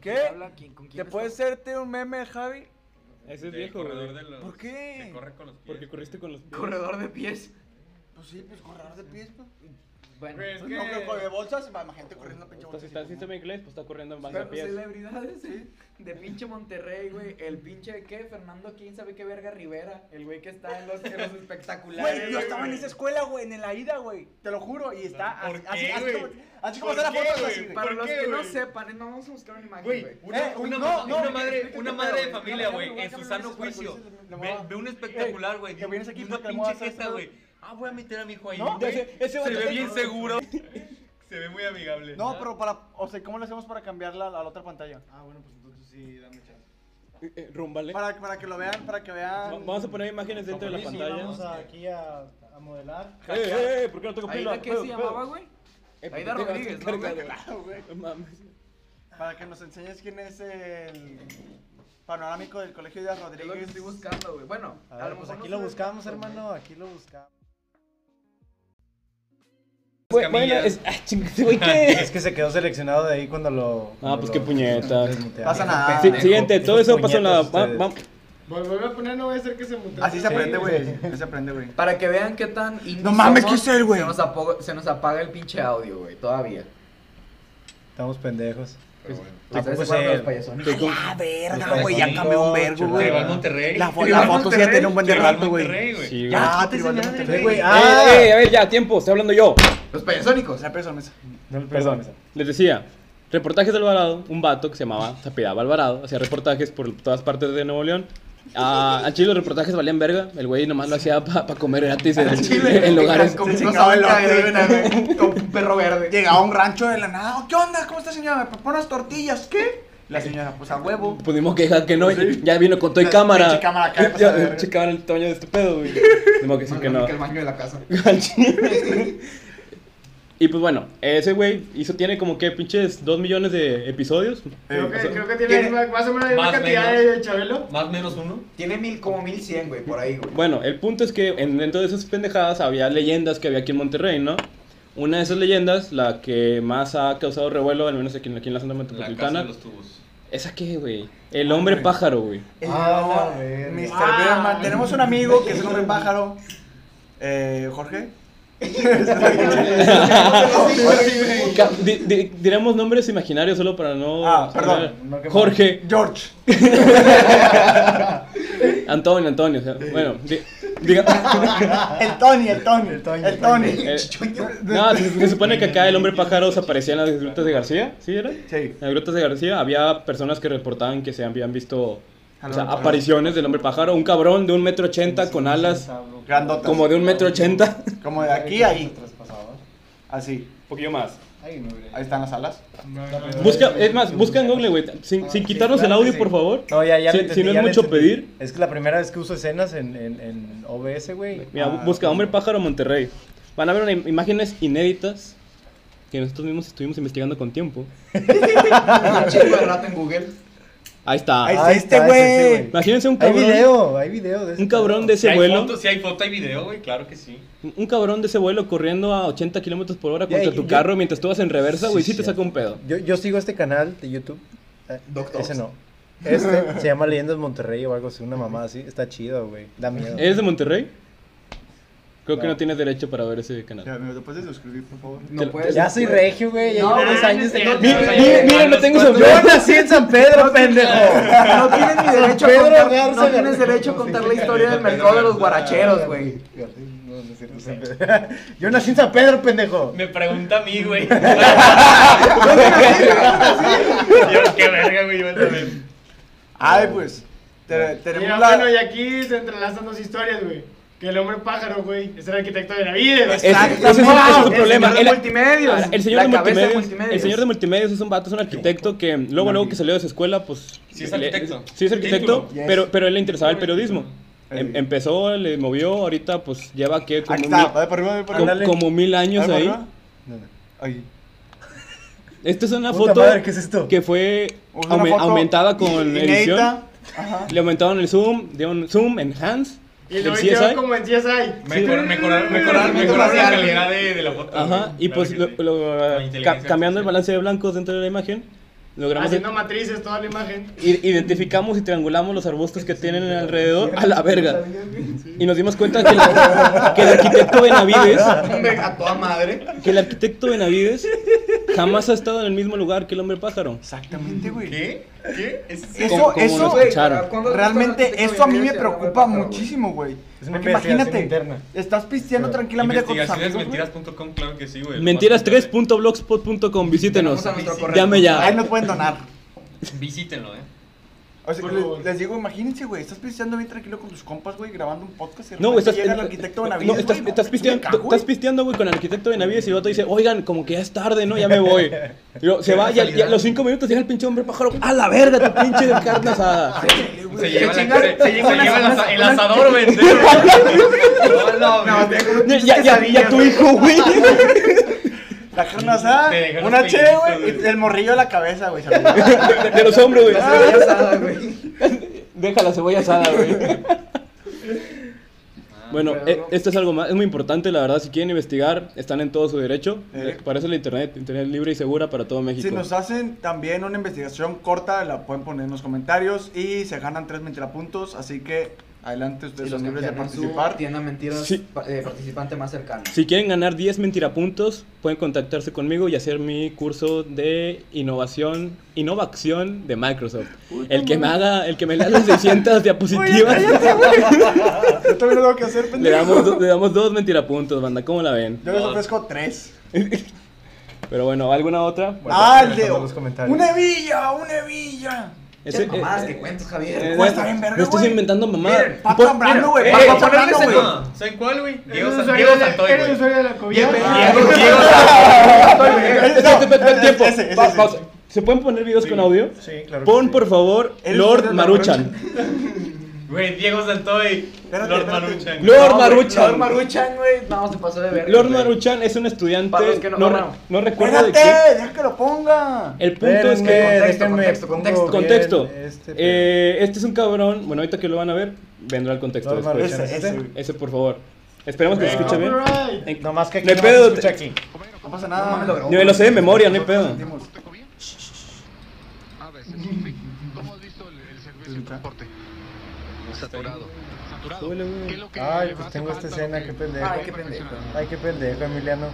¿Qué? quién habla? ¿Quién- ¿Con quién ¿Te puedes está? hacerte un meme, Javi? Ese es Del viejo, corredor güey. de los- ¿Por qué? Que corre con los pies. Porque corriste con los pies. Corredor de pies. Pues sí, pues corredor de pies, pues. Bueno, Güey, es Pues no, que que- corre bolsas, va gente corriendo pinche Entonces, bolsas. si estás en sistema inglés, pues está corriendo en base a pero pies. celebridades ¿eh? de pinche Monterrey, güey. El pinche, ¿qué? Fernando, ¿quién sabe qué verga Rivera? El güey que está en los, en los espectaculares. Güey, yo estaba en esa escuela, güey, en la ida, güey. Te lo juro, y está ¿Por así, qué, así, así güey? como, así como ¿Por está la qué, foto, güey? así, güey. Para ¿Por los qué, que no güey? sepan, eh, no vamos a buscar una imagen, Güey, güey. una, Eh, no, una mamá- no, una una madre, madre. que- una que- madre que- de que- familia, que- güey, que- en que- su que- sano que- juicio. que- Ve, que- ve un espectacular, güey. Eh, que vienes aquí y Una porque le vamos a pinche hacer jeta, esto. güey. Ah, voy a meter a mi hijo ahí. No, güey. ese- ese se vato ve te- bien seguro. se ve muy amigable. No, pero para, o sea, ¿cómo lo hacemos para cambiarla a la otra pantalla? Ah, bueno, pues entonces sí, dame chance. Eh, eh, Rúmbale. Para, para que lo vean, para que Va- vean. Vamos a poner imágenes dentro de la Sí, sí, pantalla. vamos a- aquí a, a modelar. Eh, eh, eh, ¿por qué no tengo pila? ¿Aida qué Pedo, se pedo. llamaba, güey? Eh, Aida te vas a Rodríguez, ¿no, cargar, güey? Claro, güey. No mames. Para que nos enseñes quién es el panorámico del Colegio de Es lo que Rodríguez. estoy buscando, güey. Bueno, A ver, pues mejor aquí no lo se ve buscamos, tanto, güey. hermano, aquí lo buscamos. Bueno, Bueno, Camillas. es. Ah, chingate, güey, ¿qué? Es que se quedó seleccionado de ahí cuando lo... Ah, pues qué puñetas. Pasa nada. Sí, Siguiente, todo eso pasó en la. va- Vamos. va- Vol- Vuelve a poner, no voy a hacer que se mute. Así se Sí, aprende, güey. güey. Así se aprende, güey. Para que vean qué tan indies No mames, somos, ¿qué es él, güey? Se, nos apo- se nos apaga el pinche audio, güey, todavía. Estamos pendejos. Pero bueno. Ustedes Tampoco es guardan él. los payasones. Ah, verga, Los güey, ya cambió un vergo, güey. payasones, Se va chulada. al Monterrey. La, fo- Te la va foto sí ya Monterrey, tiene un buen de Se va al rato, güey. Monterrey, güey. Sí, güey. Ya, Ah, te te señalé, señalé, güey. güey. Eh, Ah. eh, a ver, ya, tiempo, estoy hablando yo. Los payasónicos. La peso, mesa. No le Perdón, les decía, reportajes de Alvarado, un vato que se llamaba Zapidaba Alvarado, hacía reportajes por todas partes de Nuevo León. Ah, al chile los reportajes valían verga, el güey nomás lo hacía para comer gratis en, en lugares. Con Se una chingaba el salsa lote, verde, güey, con un perro verde. Llegaba a un rancho de la nada. "Oh, ¿Qué onda? ¿Cómo está, señora? ¿Me pones tortillas? ¿Qué? La señora, pues a huevo. Pudimos quejar que no, Sí. ya vino con todo y La cámara. pinche cámara acá de pasar de verga. Ya, checaban el tamaño de este pedo, güey. Tengo que decir que no. el baño de la casa. Al chile. Y pues bueno, ese güey hizo, tiene como que pinches 2 millones de episodios. Creo que, Eh, creo que tiene ¿Tiene- más o menos la misma Más cantidad menos. de Chabelo. Más o menos uno. Tiene mil, como mil cien, güey, por ahí, güey. Bueno, el punto es que en- dentro de esas pendejadas había leyendas que había aquí en Monterrey, ¿no? Una de esas leyendas, la que más ha causado revuelo, al menos aquí, en- aquí en la zona La casa metropolitana, de los tubos. ¿esa qué, güey? El hombre pájaro, güey. El- Ah, la verga. Mr. Ah. Berman. Tenemos un amigo que es un hombre pájaro. Eh, Jorge. Ah, Ca- di- di- Diremos nombres imaginarios solo para no... Ah, perdón. No, qué Jorge, George. Antonio, Antonio. o sea, bueno, di- diga... El Tony, el Tony. El El Tony. Tony. Eh, no, se, se supone que acá el hombre pájaro se aparecía en las grutas de García, ¿sí era? Sí. En las grutas de García había personas que reportaban que se habían visto o Al sea, hombre apariciones del hombre pájaro. Un cabrón de un metro ochenta con alas Grandotas. como de un metro ochenta. Como de aquí a ahí. Así. Un poquillo más. Ahí no, güey. Ahí están las alas. Busca, es más, busca en Google, güey. Sin, Ah, sin quitarnos el audio, por favor. No, ya, ya Si- le si no es ya le mucho entendí. pedir. Es que la primera vez que uso escenas en, en, en OBS, güey. Mira, Ah, busca ok. hombre pájaro Monterrey. Van a ver una im- imágenes inéditas que nosotros mismos estuvimos investigando con tiempo. Un chingo de rato en Google. Ahí está. Ahí está Ah, este está, ese, güey. güey. Imagínense un Hay cabrón. video, hay video de eso. Un cabrón de Si ese hay vuelo. foto, si hay foto, hay video, güey, claro que sí. Un- Un cabrón de ese vuelo corriendo a 80 kilómetros por hora Ya, contra y- tu yo- carro mientras tú vas en reversa, Sí, güey, sí, te cierto. saca un pedo. Yo, yo sigo este canal de YouTube. Eh, Doc Dogs. Ese no. Este se llama Leyendas Monterrey o algo así, una mamá así. Está chido, güey. Da miedo. ¿Eres de Monterrey? Creo que No. no tienes derecho para ver ese Ya, canal. amigo, ¿te puedes suscribir, por favor? No Te- puedes. Ya soy regio, güey. Ya No, llevo no, tres no años. es en- cierto. Mi- mi- mira, no tengo Yo sombrero. nací en San Pedro, pendejo. No tienes ni derecho Pedro a contar, Garza no tienes García. derecho a contar la historia del mercado de los guaracheros, güey. No, no es cierto, San Pedro. Yo nací en San Pedro, pendejo. Me pregunta a mí, güey. Yo, qué verga, güey, yo también. Ay, pues. te- tenemos Mira, la. bueno, y aquí se entrelazan dos historias, güey. Que el hombre pájaro, güey, es el arquitecto de Navides. Ese- ese es- ese es Wow, tu problema. Ah, El señor de El- multimedios. Ah, El señor de La cabeza multimedios, El señor de multimedios es un vato, es un arquitecto que luego, luego que salió de su escuela, pues. Sí es le- arquitecto. Sí es arquitecto, Título. Yes. pero, pero él le interesaba el periodismo. Sí. Em- empezó, le movió, ahorita pues lleva que como, Aquí está. mil- Va de por arriba, va de por co- arriba. como mil años ¿Algo ahí. arriba? No, no. Ahí. Esta es una Puta foto madre, ¿qué es esto? que fue Una aume- foto aumentada con inédita. Ah. edición. Ajá. Le aumentaron el zoom, dieron zoom, enhance. Y del lo CSI. hicieron como en CSI. Mejor, mejorar, mejorar, mejorar la calidad de, de la foto. Ajá, güey. y Claro pues que lo- sí. lo- La ca- inteligencia cambiando el artificial. Ah, balance de blancos dentro de la imagen, Logramos Haciendo matrices toda la imagen. i- identificamos y triangulamos los arbustos que tienen alrededor a la verga. Y nos dimos cuenta que, el- que el arquitecto Benavides, A toda madre. que el arquitecto Benavides jamás ha estado en el mismo lugar que el hombre pájaro. Exactamente, güey. ¿Qué? ¿Qué? ¿Es Eso, Como- como eso, lo güey, escucharon. Realmente, eso a mí me preocupa muchísimo, güey. Es una Porque investigación imagínate, interna. estás pisteando Claro. tranquilamente con tus amigos. güey. Investigacionesmentiras.com, claro que sí, güey. Mentiras3.blogspot.com, visítenos. Tenemos a nuestro correo. Llame Ahí ya. nos pueden donar. Visítenlo, eh. O sea, Por que les, favor. les digo, imagínense, güey, estás pisteando bien tranquilo con tus compas, güey, grabando un podcast y de No, güey, repente estás, llega el eh, arquitecto no, Benavides, estás, güey, estás me pisteando, cago, güey. estás pisteando, güey, con el arquitecto Benavides y el vato dice, oigan, como que ya es tarde, ¿no? Ya me voy. Y luego se va y, a- y a los cinco minutos llega el pinche hombre pájaro, ¡a la verga, tu pinche carne asada! Se lleva, la- chingan- se- se se lleva unas- lleva el unas- asa- el asador, vender. No, no, güey. Ya, ya, ya, ya tu hijo, güey. La carne asada, Te dejaron una che, pellizco, güey, güey. y el morrillo de la cabeza, güey. salió. De, de los hombres, güey. güey. Deja la cebolla asada, güey. Bueno, pero eh, no. esto es algo más, es muy importante, la verdad, si quieren investigar, están en todo su derecho. Eh. Para eso la internet, internet libre y segura para todo México. Si nos hacen también una investigación corta, la pueden poner en los comentarios y se ganan tres mentirapuntos, así que adelante ustedes son libres de participar. Tienda mentiras Sí. pa- eh, participante más cercano. Si quieren ganar 10 mentirapuntos, pueden contactarse conmigo y hacer mi curso de innovación, innovación de Microsoft. El que me haga, el que me lea las 600 diapositivas, Yo también lo tengo que hacer, le pendejo. damos, do- le damos dos mentirapuntos, banda, ¿cómo la ven? Yo les ofrezco tres. Pero bueno, ¿alguna otra? ah, el de. dejando los comentarios. Una hebilla, una hebilla. Qué Ese- mamadas que eh, cuentas, eh, Javier. Cuesta bien verga, no estás güey. inventando Miren, mamá. Paco Pon- Zambrano, güey. Eh, Paco eh, Zambrano, ese güey. no. ¿Saben cuál, güey? Diego ¿Eres Sa- usuario Diego de- Santoy, ¿Eres güey. usuario de la cobija? Bienvenido. Espérate, espérate, espérate, ese, tiempo. ese, ese, Pa- ese. pausa. ¿Se pueden poner videos con audio? Sí, claro. que Pon sí. por favor Eres Lord una Maruchan. Güey, Diego Santoy. Espérate, Lord espérate. Lord Maruchan. No, güey, Maruchan. Lord Maruchan, güey. No, se pasó de verga. Lord güey. Maruchan es un estudiante. Para los que no- no, re- bueno. no recuerdo de Espérate, qué. deja que lo ponga. El punto es que. Espérenme, Contexto, déjenme contexto, pongo contexto. Contexto. bien este Este, pedo. eh, este es un cabrón. Bueno, ahorita que lo van a ver, vendrá el contexto Lord después. Maruchan, Ese, ¿es este? ese. Ese, por favor. Esperemos que se escuche bien. Alright. En- No más que aquí. No hay No pedo. pedo, escucha te- aquí. No pasa No nada. mames, lo grabó. Yo me lo sé de memoria, no hay pedo. Sentimos. A veces. ¿Cómo has visto el, el servicio de transporte? Saturado. Saturado. Súbele, güey. ¿Qué es lo que Ay, le pues hace tengo esta falta, escena, lo qué que- pendejo. Ay, qué pendejo. Ay, qué pendejo, Emiliano.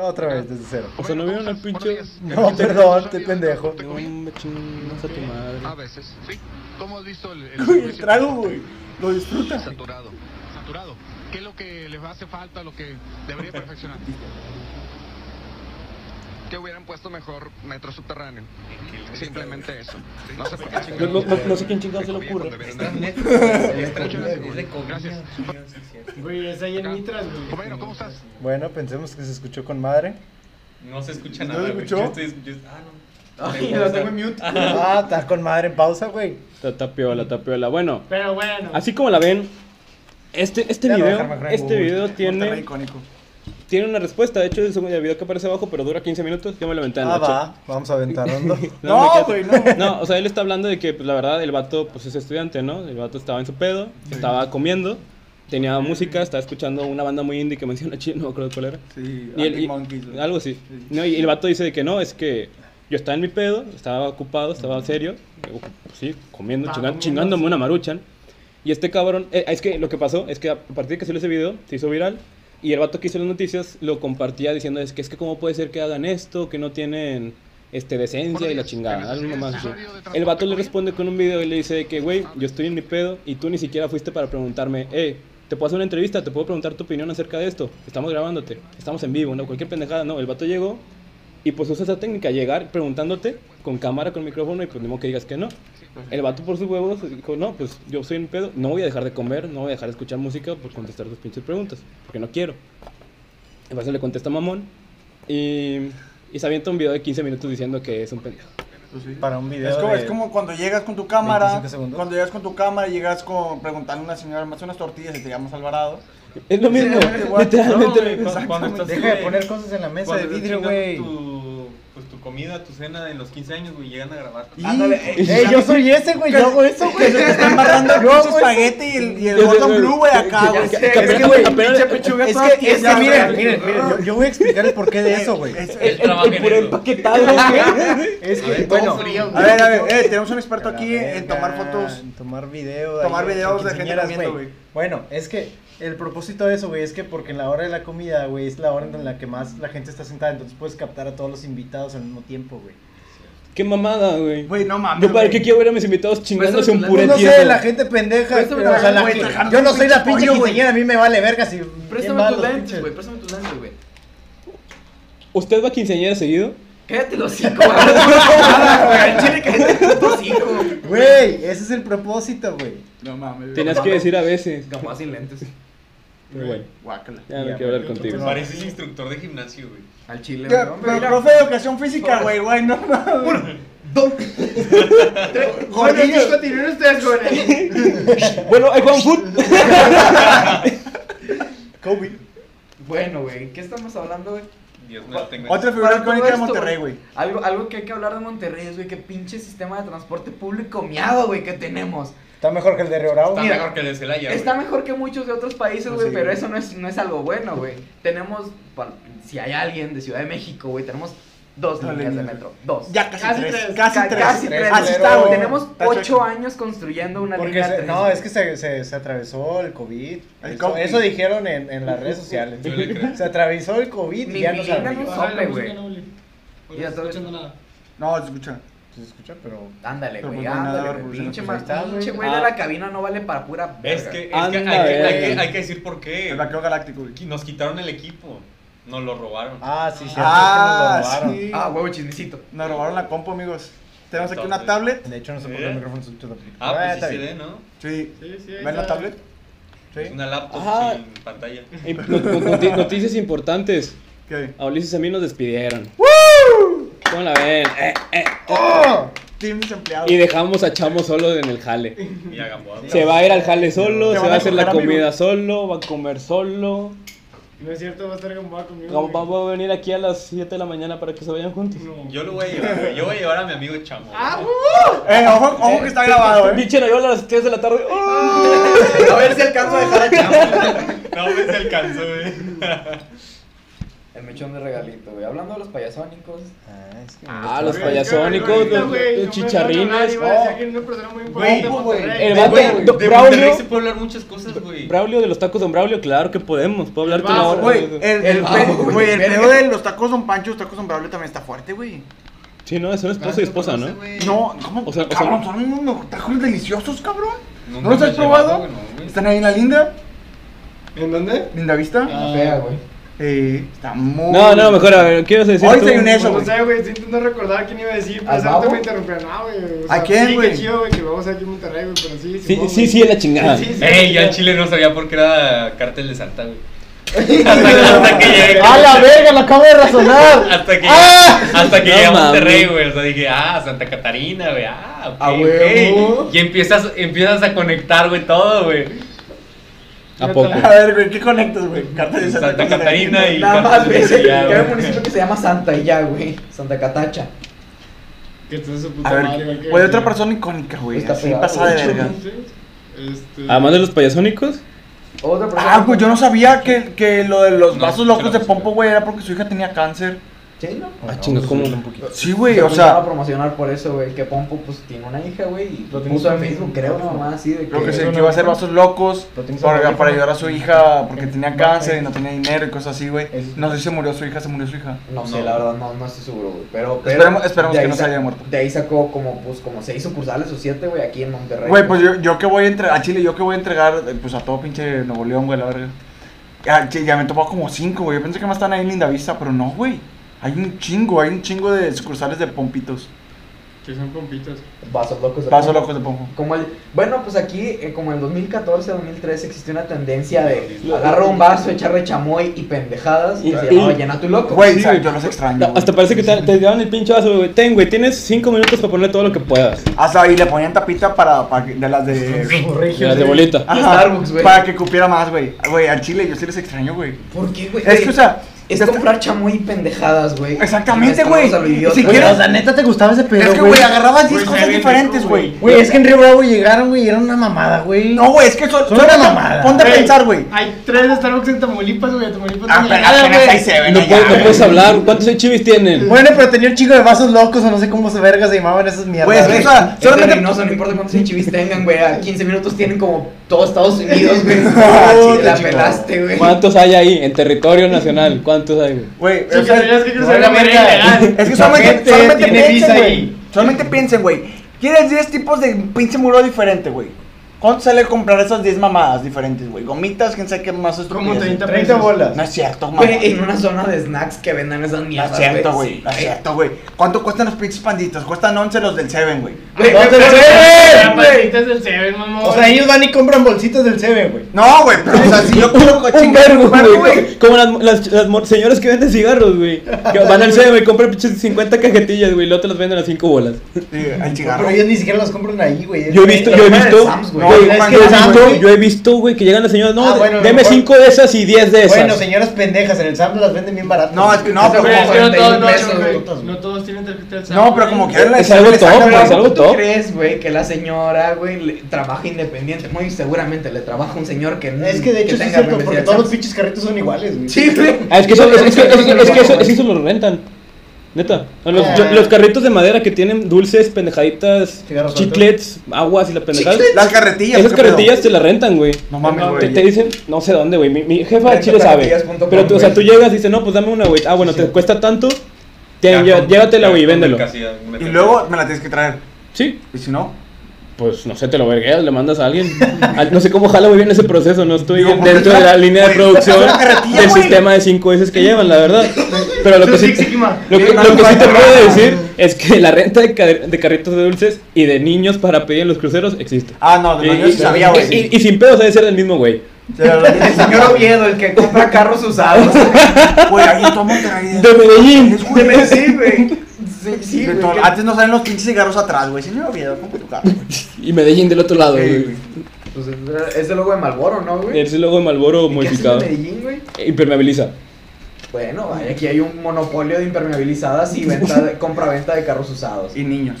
Otra vez, desde cero. O sea, ¿no vieron al Buenos pinche- días. No, ¿Qué- perdón, qué- te qué- pendejo. qué- No qué- me chingas a tu A madre. veces, sí. ¿Cómo has visto el, el Güey, el servicio trago, de güey. Lo disfruta. Saturado. Saturado. ¿Qué es lo que les hace falta, lo que debería perfeccionar? Que hubieran puesto mejor metro subterráneo. Simplemente eso. No sé por qué No, no- chingados. no- no sé quién chingado se le ocurre. Está en Netflix, güey. Está en Netflix, es de comida. Gracias. Güey, es ahí en Mitras, güey. Compañero, ¿cómo estás? Bueno, pensemos que se escuchó con madre. No se escucha ¿No nada, lo güey. escuchó? Yo estoy- yo- Ah, no. Ay, lo tengo en mute. Ah, está con madre en pausa, güey. Ta- Tapiola, tapiola. Bueno, Pero bueno. así como la ven, este, este Ya lo voy video, a dejar mejor en este Google. video Monterrey tiene, icónico. tiene una respuesta. De hecho, es un- el video que aparece abajo, pero dura 15 minutos. Yo me lo aventé Ah, anoche. va. Vamos a aventarnos. No, me quedo- güey, no. No, o sea, él está hablando de que, pues, la verdad, el vato, pues, es estudiante, ¿no? El vato estaba en su pedo, estaba comiendo, tenía música, estaba escuchando una banda muy indie que menciona Chino, no me acuerdo cuál era. Sí, Y el- Arctic y- Monkeys, güey. algo así. No, y el vato dice de que no, es que yo estaba en mi pedo, estaba ocupado, estaba serio, eh, pues, sí, comiendo, Estaba chinga- comiendo, chingándome sí. una maruchan. Y este cabrón, eh, es que lo que pasó es que a partir de que salió ese video, se hizo viral. Y el vato que hizo las noticias lo compartía diciendo es que es que cómo puede ser que hagan esto, que no tienen este decencia y la chingada, algo más así. El vato le responde con un video y le dice de que, güey, yo estoy en mi pedo y tú ni siquiera fuiste para preguntarme, eh, te puedo hacer una entrevista, te puedo preguntar tu opinión acerca de esto, estamos grabándote, estamos en vivo, no, cualquier pendejada, no, el vato llegó y pues usa esa técnica, llegar preguntándote con cámara, con micrófono y pues ni modo que digas que no. El vato por sus huevos dijo, no, pues yo soy un pedo, no voy a dejar de comer, no voy a dejar de escuchar música por contestar tus pinches preguntas, porque no quiero. El vato le contesta mamón y, y se avienta un video de 15 minutos diciendo que es un pendejo. Pues sí. Para un video. Es como, de- es como cuando llegas con tu cámara, 25 segundos. cuando llegas con tu cámara, llegas con preguntarle a una señora, más unas tortillas y te llamas Alvarado. Es lo mismo, Sí, igual. literalmente. No, güey, cu- cuando estás, Deja de güey, poner cosas en la mesa de cuando estás vidrio, chingando güey. tu- Pues tu comida, tu cena en los 15 años, güey, llegan a grabar. Ándale, eh, Ey, yo soy ese, güey. Yo hago eso, güey. te está embarrando el Yo pinche hago eso. espagueti y el, y el Gordon Blue, güey, acá, güey. sé, Es que, es que, güey, apenas- pinche pechuga Es toda que, es que tiesa, miren, güey. miren, miren, yo, yo voy a explicar el porqué de eso, güey. Es- Él trabaja en eso. empaquetado, güey. Es A que, ver, bueno. todo frío, A güey. ver, a ver, eh, tenemos un experto aquí en tomar fotos. En tomar videos. Tomar videos de gente comiendo, güey. güey. Bueno, es que el propósito de eso, güey, es que porque en la hora de la comida, güey, es la hora en la que más la gente está sentada, entonces puedes captar a todos los invitados al mismo tiempo, güey. Qué mamada, güey. Güey, no mames. Yo para güey. qué quiero ver a mis invitados chingándose un Pues, puré Pues no sé, tieso. la gente pendeja. Préstame pero, o sea, la- la güey, que- déjame yo no un soy la pinche pinche pollo, güey. quinceañera, a mí me vale verga si. bien Préstame van tus los lentes, pinches. güey. Préstame tus lentes, güey. ¿Usted va a quinceañera seguido? Cállate los cinco, güey. Al Chile, cállate los putos cinco. Güey, ese es el propósito, güey. No mames. Tenías que decir a veces. Capaz sin lentes. Pero bueno, Guácala. ya Ya, no quiero hablar güey, contigo. entonces- Pareces instructor de gimnasio, güey. Al chile, güey. Pero, hombre, pero mira. profe de educación física, güey, güey, no mames. Bueno, Gordillo. chicos, continúen ustedes, jóvenes. Bueno, hay Juan Food. Kobe. Bueno, güey, ¿qué estamos hablando, güey? Dios no lo tenga. Otra figura Para todo icónica de esto, Monterrey, güey. Algo, algo que hay que hablar de Monterrey es, güey, qué pinche sistema de transporte público miado, güey, que tenemos. Está mejor que el de Río Bravo. Está mira, mejor que el de Celaya, Está güey. mejor que muchos de otros países, No, güey, sí, pero güey. eso no es, no es algo bueno, güey. Tenemos, pa- si hay alguien de Ciudad de México, güey, tenemos dos Dale, líneas de dale. metro. Dos. Ya casi, Casi tres, tres, Casi Ca- tres. Casi tres, Así güey. está, güey. Tenemos Está ocho chueco. años construyendo una Porque línea se- tres, no, güey. es que se, se, se atravesó el COVID. El eso, COVID. eso dijeron en, en las redes sociales. Yo le creo. se atravesó el COVID Mi y ya no Belinda sabía. no- Bájale la güey. música, no, güey. Porque Ya no estoy sabes. escuchando nada. No, se escucha. Se escucha, pero. Ándale, Pero güey, pues no hay nada ándale, güey. revolucionario. Pinche Pues ahí más, está, güey. pinche güey de Ah. la cabina no vale para pura Es verga. que, es que, hay, Anda, que hay, güey. que, hay que decir por qué. El vaquero galáctico, güey. Nos quitaron el equipo. Nos lo robaron. Ah, sí, sí. Ah, sí. Ah, huevo, chismecito. Nos robaron la compu, amigos. Tenemos aquí una Entonces. tablet. De hecho, no sé por qué ¿Eh? el micrófono se escucha. tampoco. Ah, pues está sí se bien. ve, ¿no? Sí. Sí, sí, ahí ¿Ven la está. tablet? Es una laptop Ajá. sin pantalla. Y no- no- noti- noticias importantes. ¿Qué? A Ulises y a mí nos despidieron. ¿Cómo la ven? Eh, eh. ¡Oh! Team desempleado. Y dejamos a Chamo solo en el jale. Y a Gamboa. Se va a ir al jale solo, Te se van va a a hacer la coger, comida amigo. solo, va a comer solo. No es cierto, va a estar Gamboa conmigo. Vamos- güey. Vamos a venir aquí a las 7 de la mañana para que se vayan juntos. No. Yo lo voy a llevar, güey. Yo voy a llevar a mi amigo Chamo. Ah, güey. Eh, ojo, ojo que está grabado, eh. Pinche Nayola a las 3 de la tarde. ¡Oh! A ver si alcanzo a dejar a No, pues se alcanzó, güey. El mechón de regalito, güey. Hablando de los payasónicos. Ah, es que- Ah, los Güey, payasónicos, ahorita, güey, no los, los me dejaron hablar, chicharrines. iba a Oh. decir que era una persona muy importante Güey, en Monterrey. el Güey, vato- Güey, Do- De Monterrey se Braulio, puede hablar muchas cosas, güey. Braulio de los tacos Don Braulio, claro que podemos. Puedo hablarte Vas, una hora. Güey, el, el, El pe- vago, güey, el verga. pedo de los tacos Don Pancho, los tacos Don Braulio también está fuerte, güey. Sí, no, son esposo y esposa, ¿no? No, ¿cómo? O sea, o sea- cabrón, son unos mejor- tacos deliciosos, cabrón. Nunca ¿No los me has he llevado, probado? güey, no, güey. Están ahí en la linda, ¿En dónde? linda vista. Ah. Fea, güey. Eh, está muy. No, no, mejor, a ver, quiero decir. Hoy tú- desayuné eso, No güey. sé, güey, estoy intentando recordar quién iba a decir, pero ¿Al esa neta Babo? me interrumpió. No, güey. o ¿A sea, quién, Sí, güey? qué chido, güey, que lo vamos a hacer aquí en Monterrey, güey, pero sí. Sí, Simón, sí, güey. sí, es la chingada. Sí, sí, Ey, sí, ya en sí. Chile no sabía por qué era cártel de Santa, güey. Hasta que, hasta que llegué. ¡A la verga! ¡Lo acabo de razonar! Hasta que, ¡Ah! hasta que No llegué a mames. Monterrey, güey. O sea, dije, ah, Santa Catarina, güey. Ah, ok, Ah, ok. huevo. Y empiezas, empiezas a conectar, güey, todo, güey. ¿A poco? A ver, güey, ¿qué conectas, güey? Carta de Santa Catarina y Nada más, güey. cártel de Que Santa, hay un güey. municipio que se llama Santa y ya, güey. Santa Catacha. Que entonces su puta A ver, madre, güey, que- güey, otra persona icónica, güey. Está Así pegado, pasada de güey. verga. Sí, Este. Además de los payasónicos. Otra persona. Ah, güey, yo no sabía que, que lo de los No, vasos se locos lo de puse. Pompo, güey, era porque su hija tenía cáncer. Sí, ¿no? Ah, chinga, ¿cómo? Un poquito. Sí, güey, Se o empezaron a sea, promocionar por eso, güey. Que Pompo, pues, tiene una hija, güey. Y Lo lo tiene puso en en Facebook, Facebook, creo, ¿no? una mamá así. De creo que que se que iba a hacer vasos locos Lo tienes en para, el para teléfono. ayudar a su hija porque tenía Va, cáncer y ahí. no tenía dinero y cosas así, güey. Es- No sé si se murió su hija, se murió su hija. No sé, No. la verdad, no, no estoy seguro, güey. Pero, pero Esperemos- esperemos de que ahí no se sa- haya muerto. De ahí sacó como, pues, como seis sucursales o siete, güey, aquí en Monterrey. Güey, pues yo, yo que voy a entregar, a Chile, yo que voy a entregar, eh, pues a todo pinche Nuevo León, güey, la verga. Ya, che, ya me he topado como cinco, güey. Yo pensé que más están ahí en Linda Vista, pero no, güey. Hay un chingo, hay un chingo de sucursales de pompitos. Que son pompitos. Vasos locos. de Paso Pompo. locos de pompo. Como el, bueno, pues aquí, eh, como en 2014, 2013, existió una tendencia de agarrar un vaso, echarle chamoy y pendejadas. Y, Y- se llamaba y- llena tu loco. Güey, Sí, sabe, güey. yo los extraño. güey. Hasta parece que te, te daban el pinche vaso, güey. Ten, güey, tienes 5 minutos para poner todo lo que puedas. Hasta ahí le ponían tapita para, para que- de las de. De las de bolita. Starbucks, güey. Para que cupiera más, güey. Güey, al Chile yo sí les extraño, güey. ¿Por qué, güey? Es que, o sea, es comprar chamoy y pendejadas, güey. Exactamente, güey. Y Si si Güey, quieres- quieres. o sea, neta te gustaba ese pedo, es que, güey, agarrabas 10 cosas diferentes, güey. Güey, es que en Río Bravo llegaron, güey, y era una mamada, güey. No, güey, es que son, Son son- una mamada. Ponte a Güey, pensar, güey. Hay tres Starbucks en Tamaulipas, güey. A Tamaulipas Ah, no pero llegaron, apenas güey. ahí se ven No, allá, puedes, no güey. puedes hablar. ¿Cuántos chivis tienen? Bueno, pero tenía un chico de vasos locos o no sé cómo se verga se llamaban esas mierdas. Güey, es que, güey. o sea, Es de solamente. Reynosa, no importa cuántos chivis tengan, güey. A 15 minutos tienen como todo Estados Unidos, güey. Ah, Te la chico. pelaste, güey. ¿Cuántos hay ahí en territorio nacional? ¿Cuántos hay, güey? Güey, Sí, o sea, que tenías que cruzar no, la verga. barrera ilegal. Es que solamente, Gente solamente tiene visa piensen, güey. ahí. Solamente piensen, güey. Quieres 10 tipos de pinche muro diferente, güey. ¿Cuánto sale comprar esas 10 mamadas diferentes, güey? Gomitas, quién sabe qué más es Como 30 30 pesos. No bolas. es cierto, mamá. Güey, en una zona de snacks que vendan esas No mierdas. Eh, es cierto, Sí, güey. No es cierto, güey. ¿Cuánto cuestan los pinches panditos? Cuestan 11 los del 7, güey. Güey, No, güey, güey, del Las Seven, güey. patitas del Seven, mamón. O sea, ellos van y compran bolsitas del Seven, güey. No, güey, pero o sea, si yo quiero Un chingar vergo, un vergo, güey. Como las, las, las mor- señoras que venden cigarros, güey. Que van al CEM y compran pinches 50 cajetillas, güey. Y luego te las venden a 5 bolas. Sí, al Pero cigarro. ellos ni siquiera los compran ahí, güey. Yo he visto, yo he compran en visto. Sam's, güey. yo he No, visto- compran yo he en Sam's, visto- güey. Yo he visto, güey, que llegan las señoras. Ah, No, bueno, a lo deme mejor. 5 de esas y 10 de esas. Bueno, señoras pendejas, en el Sam's las venden bien baratas. No, es que no, Esas pero Güey, como es que no 41 todos, no, pesos, güey, güey. no todos tienen tarjeta del Seven, No, pero como güey. quiera la Es algo le sacan, top, güey. es algo ¿Tú top. crees, güey, que la señora, güey, le- trabaja independiente? Muy seguramente le trabaja un señor que Es que de hecho sí es cierto, porque todos los pinches carritos son iguales, güey. Sí, güey. Ah, es que eso, es, que- es que- es que- es que eso, es que eso lo rentan. Neta. A Los, yo- los carritos de madera que tienen dulces, pendejaditas, Cigarros chiclets, aguas y la pendejada. Las carretillas. Esas ¿qué pedo? carretillas te las rentan, güey. No mames, Te- güey. Te, dicen, no sé dónde, güey. Mi, mi jefa al Renta chile sabe. carretillas.com, Pero tú, o sea, tú güey. llegas y dices, no, pues dame una, güey. Ah, bueno, te cuesta tanto. Te, Ya llé- con- llévatela, ya güey, y con el véndelo. casi- me- Y luego me la tienes que traer. Sí, Y si no, pues no sé, te lo vergueas, le mandas a alguien. Al- no sé cómo jala muy bien ese proceso, no estoy Digo, porque dentro de está- la línea de güey, está producción una carretilla, del güey. sistema de 5 S que llevan, la verdad. Pero lo que Sus sí, Six Sigma. lo que, Una lo que sí te lujana. puedo decir es que la renta de, ca- de carritos de dulces y de niños para pedir en los cruceros existe. Ah, no, de Y- mañana y- sí sabía, güey. y- y- y sin pedos debe ser del mismo güey. El señor Oviedo, el que compra carros usados. Güey, ahí todo Monterrey. De Medellín. güey. Sí, güey. Sí, sí, De güey. todo- ah, que- Antes no salen los pinches cigarros atrás, güey. Señor Oviedo, compra tu carro. güey. Y Medellín del otro lado, Sí, güey. güey. Pues es- es el logo de Malboro, ¿no, güey? Es el logo de Malboro ¿Y qué hacen en modificado. Medellín, güey? Impermeabiliza. Bueno, vaya, aquí hay un monopolio de impermeabilizadas y venta de, compra-venta de carros usados. Y niños.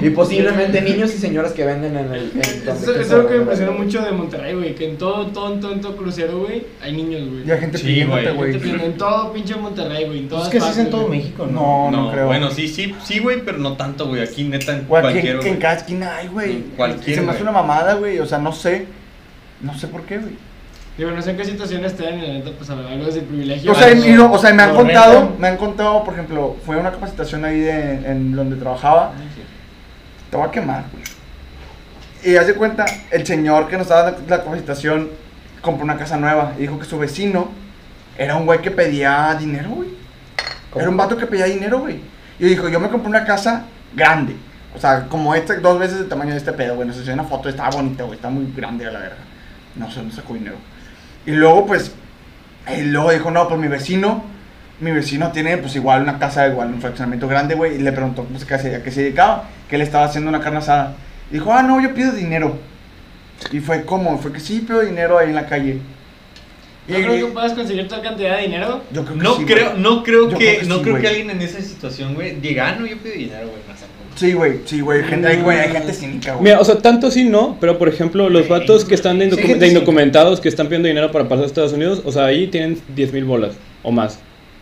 Y posiblemente niños y señoras que venden en el. en donde Eso, eso que es se lo que me venden. impresiona mucho de Monterrey, güey. Que en todo, todo, todo, todo crucero, güey, hay niños, güey. Y hay gente Sí, pidiéndote, güey. güey. Te pierdo En todo pinche Monterrey, güey. En Pues todas es que sí es en partes, todo güey. México, No, ¿no? no No, creo. bueno, sí, sí, sí, güey, pero no tanto, güey. Aquí neta en Güey, aquí cualquier. en- que en güey. cada esquina hay, güey. Cualquier, Se me hace güey. una mamada, güey. O sea, no sé. No sé por qué, güey. Digo, no sé en qué situación estén y la neta, pues algo es de privilegio. O sea, algo- y no, o sea, me han lo contado, rentan. me han contado, por ejemplo, fue a una capacitación ahí de- en donde trabajaba. Te voy a quemar, güey. Y haz de cuenta, el señor que nos daba la, la capacitación compró una casa nueva y dijo que su vecino era un güey que pedía dinero, güey. Era un vato que pedía dinero, güey. Y dijo, yo me compré una casa grande. O sea, como esta, dos veces el tamaño de este pedo, güey. Nos hizo una foto, estaba bonita, güey. Está muy grande a la verga. No sé dónde sacó dinero. Y luego, pues, y luego dijo, no, pues mi vecino, mi vecino tiene, pues, igual una casa, igual un fraccionamiento grande, güey. Y le preguntó, pues, que se- a qué se dedicaba, que él estaba haciendo una carne asada. Y dijo, ah, no, yo pido dinero. Y fue como, fue que sí, pido dinero ahí en la calle. Y, No creo que puedas conseguir tal cantidad de dinero. yo creo que No sí, güey. creo, no creo Yo que, creo que no sí, creo güey. que alguien en esa situación, güey, diga, ah, no, yo pido dinero, güey, no sé, güey. Sí, güey, sí, güey. Gente, hay, güey, hay gente cínica, güey. Mira, o sea, tanto sí no, pero por ejemplo, los vatos que están de, indocu- Sí, gente de sí. indocumentados que están pidiendo dinero para pasar a Estados Unidos, o sea, ahí tienen 10 mil bolas o más.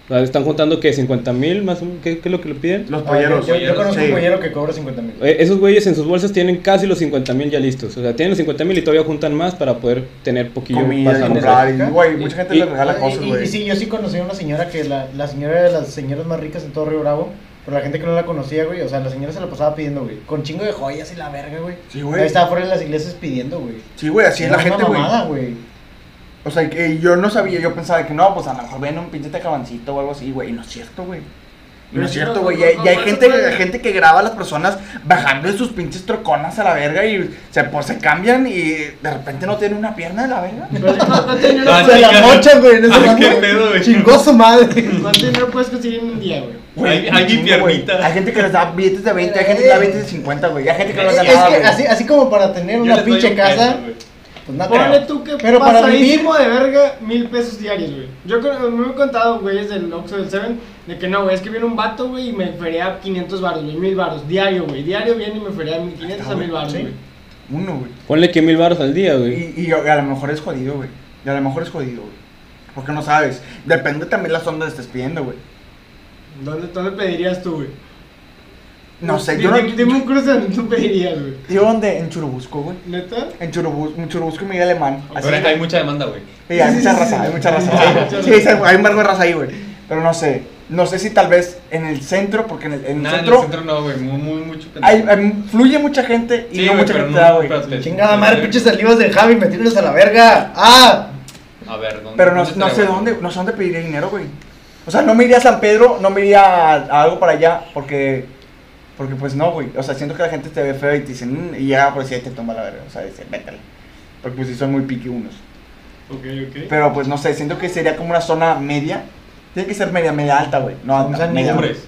O sea, están juntando que 50 mil más, un- ¿qué, ¿qué es lo que le piden? Los Ah, yo- polleros. yo, yo conozco Sí. un pollero que cobra 50 mil. Eh, esos güeyes en sus bolsas tienen casi los 50 mil ya listos. O sea, tienen los 50 mil y todavía juntan más para poder tener poquillo Comida y pasando. comprar. y- Güey, mucha Y- gente y- le regala cosas, y, y- y güey. sí, yo sí conocí a una señora que la, la señora era de las señoras más ricas en todo Río Bravo. Pero la gente que no la conocía, güey. O sea, la señora se la pasaba pidiendo, güey. Con chingo de joyas y la verga, güey. Sí, Ahí güey. estaba fuera de las iglesias pidiendo, güey. Sí, güey, así es Era la una gente, güey. mamada, güey. O sea, que yo no sabía, yo pensaba que no, pues a lo mejor ven un pinche tacabancito o algo así, güey. Y no es cierto, güey. Y No Pero es sí, cierto, no, güey. no, Y hay, no, y hay no, gente, no, no. gente que graba a las personas bajando de sus pinches troconas a la verga y se, pues, se cambian y de repente no tienen una pierna de la verga. Pero, ¿cu- ¿Cuánto dinero, Ah, Se sí, la ya- mocha, güey. En ese Ah, qué momento. pedo, güey. Chingó su madre. cuánto dinero puedes conseguir en un día, güey? Hay, Güey, hay mi chingo, güey. piernita. Hay gente que les da billetes de 20, hay gente que les da billetes de 50, güey. Hay gente que no les da Es nada, que güey. así, así como para tener Yo una les doy pinche un casa, peso, güey. Pues no Ponle creo. tú que Pero para vivir- de verga mil pesos diarios, güey. Yo creo, me he contado, güey, desde el Oxxo del Seven, de que no, güey, es que viene un vato, güey, y me ferea 500 baros, güey, mil baros, diario, güey. Diario viene y me ferea 500 a güey, mil baros, sí. güey. Uno, güey. Ponle que mil baros al día, güey. Y, y a lo mejor es jodido, güey. Y a lo mejor es jodido, güey. Porque no sabes. Depende también las ondas que estés pidiendo, güey. ¿Dónde, ¿Dónde pedirías tú, güey? No sé, yo Dime, no. Pues, dime un cruce donde tú pedirías, güey. ¿Yo dónde? En Churubusco, güey. ¿Neta? En Churubusco, en Churubusco me alemán. Así, Ahorita hay mucha demanda, güey. Sí, hay mucha raza, hay mucha raza. Sí, sí, Sí, sí. sí, hay un verbo de raza ahí, güey. Pero no sé. No sé si tal vez en el centro, porque en el, en el Nada, en el centro, centro no, güey. Muy, muy, mucho hay- hay- fluye mucha gente y Sí, no güey, mucha pero gente no, da, güey. pero te- Chingada madre, te- pinches salivas de Javi, metiéndolos a la verga. ¡Ah! A ver, ¿dónde? Pero no, dónde no sé estaría, dónde, güey? no sé dónde pediría dinero, güey. O sea, no me iría a San Pedro, no me iría a, a algo para allá, porque, porque pues no, güey. O sea, siento que la gente te ve feo y te dicen, "Mm", y ya, pues sí, te toma la verga. O sea, dice, vétale. Porque pues sí, son muy piqui unos. Ok, ok. Pero pues no sé, siento que sería como una zona media. Tiene que ser media, media alta, güey. No alta, O sea, ni media. Cumbres.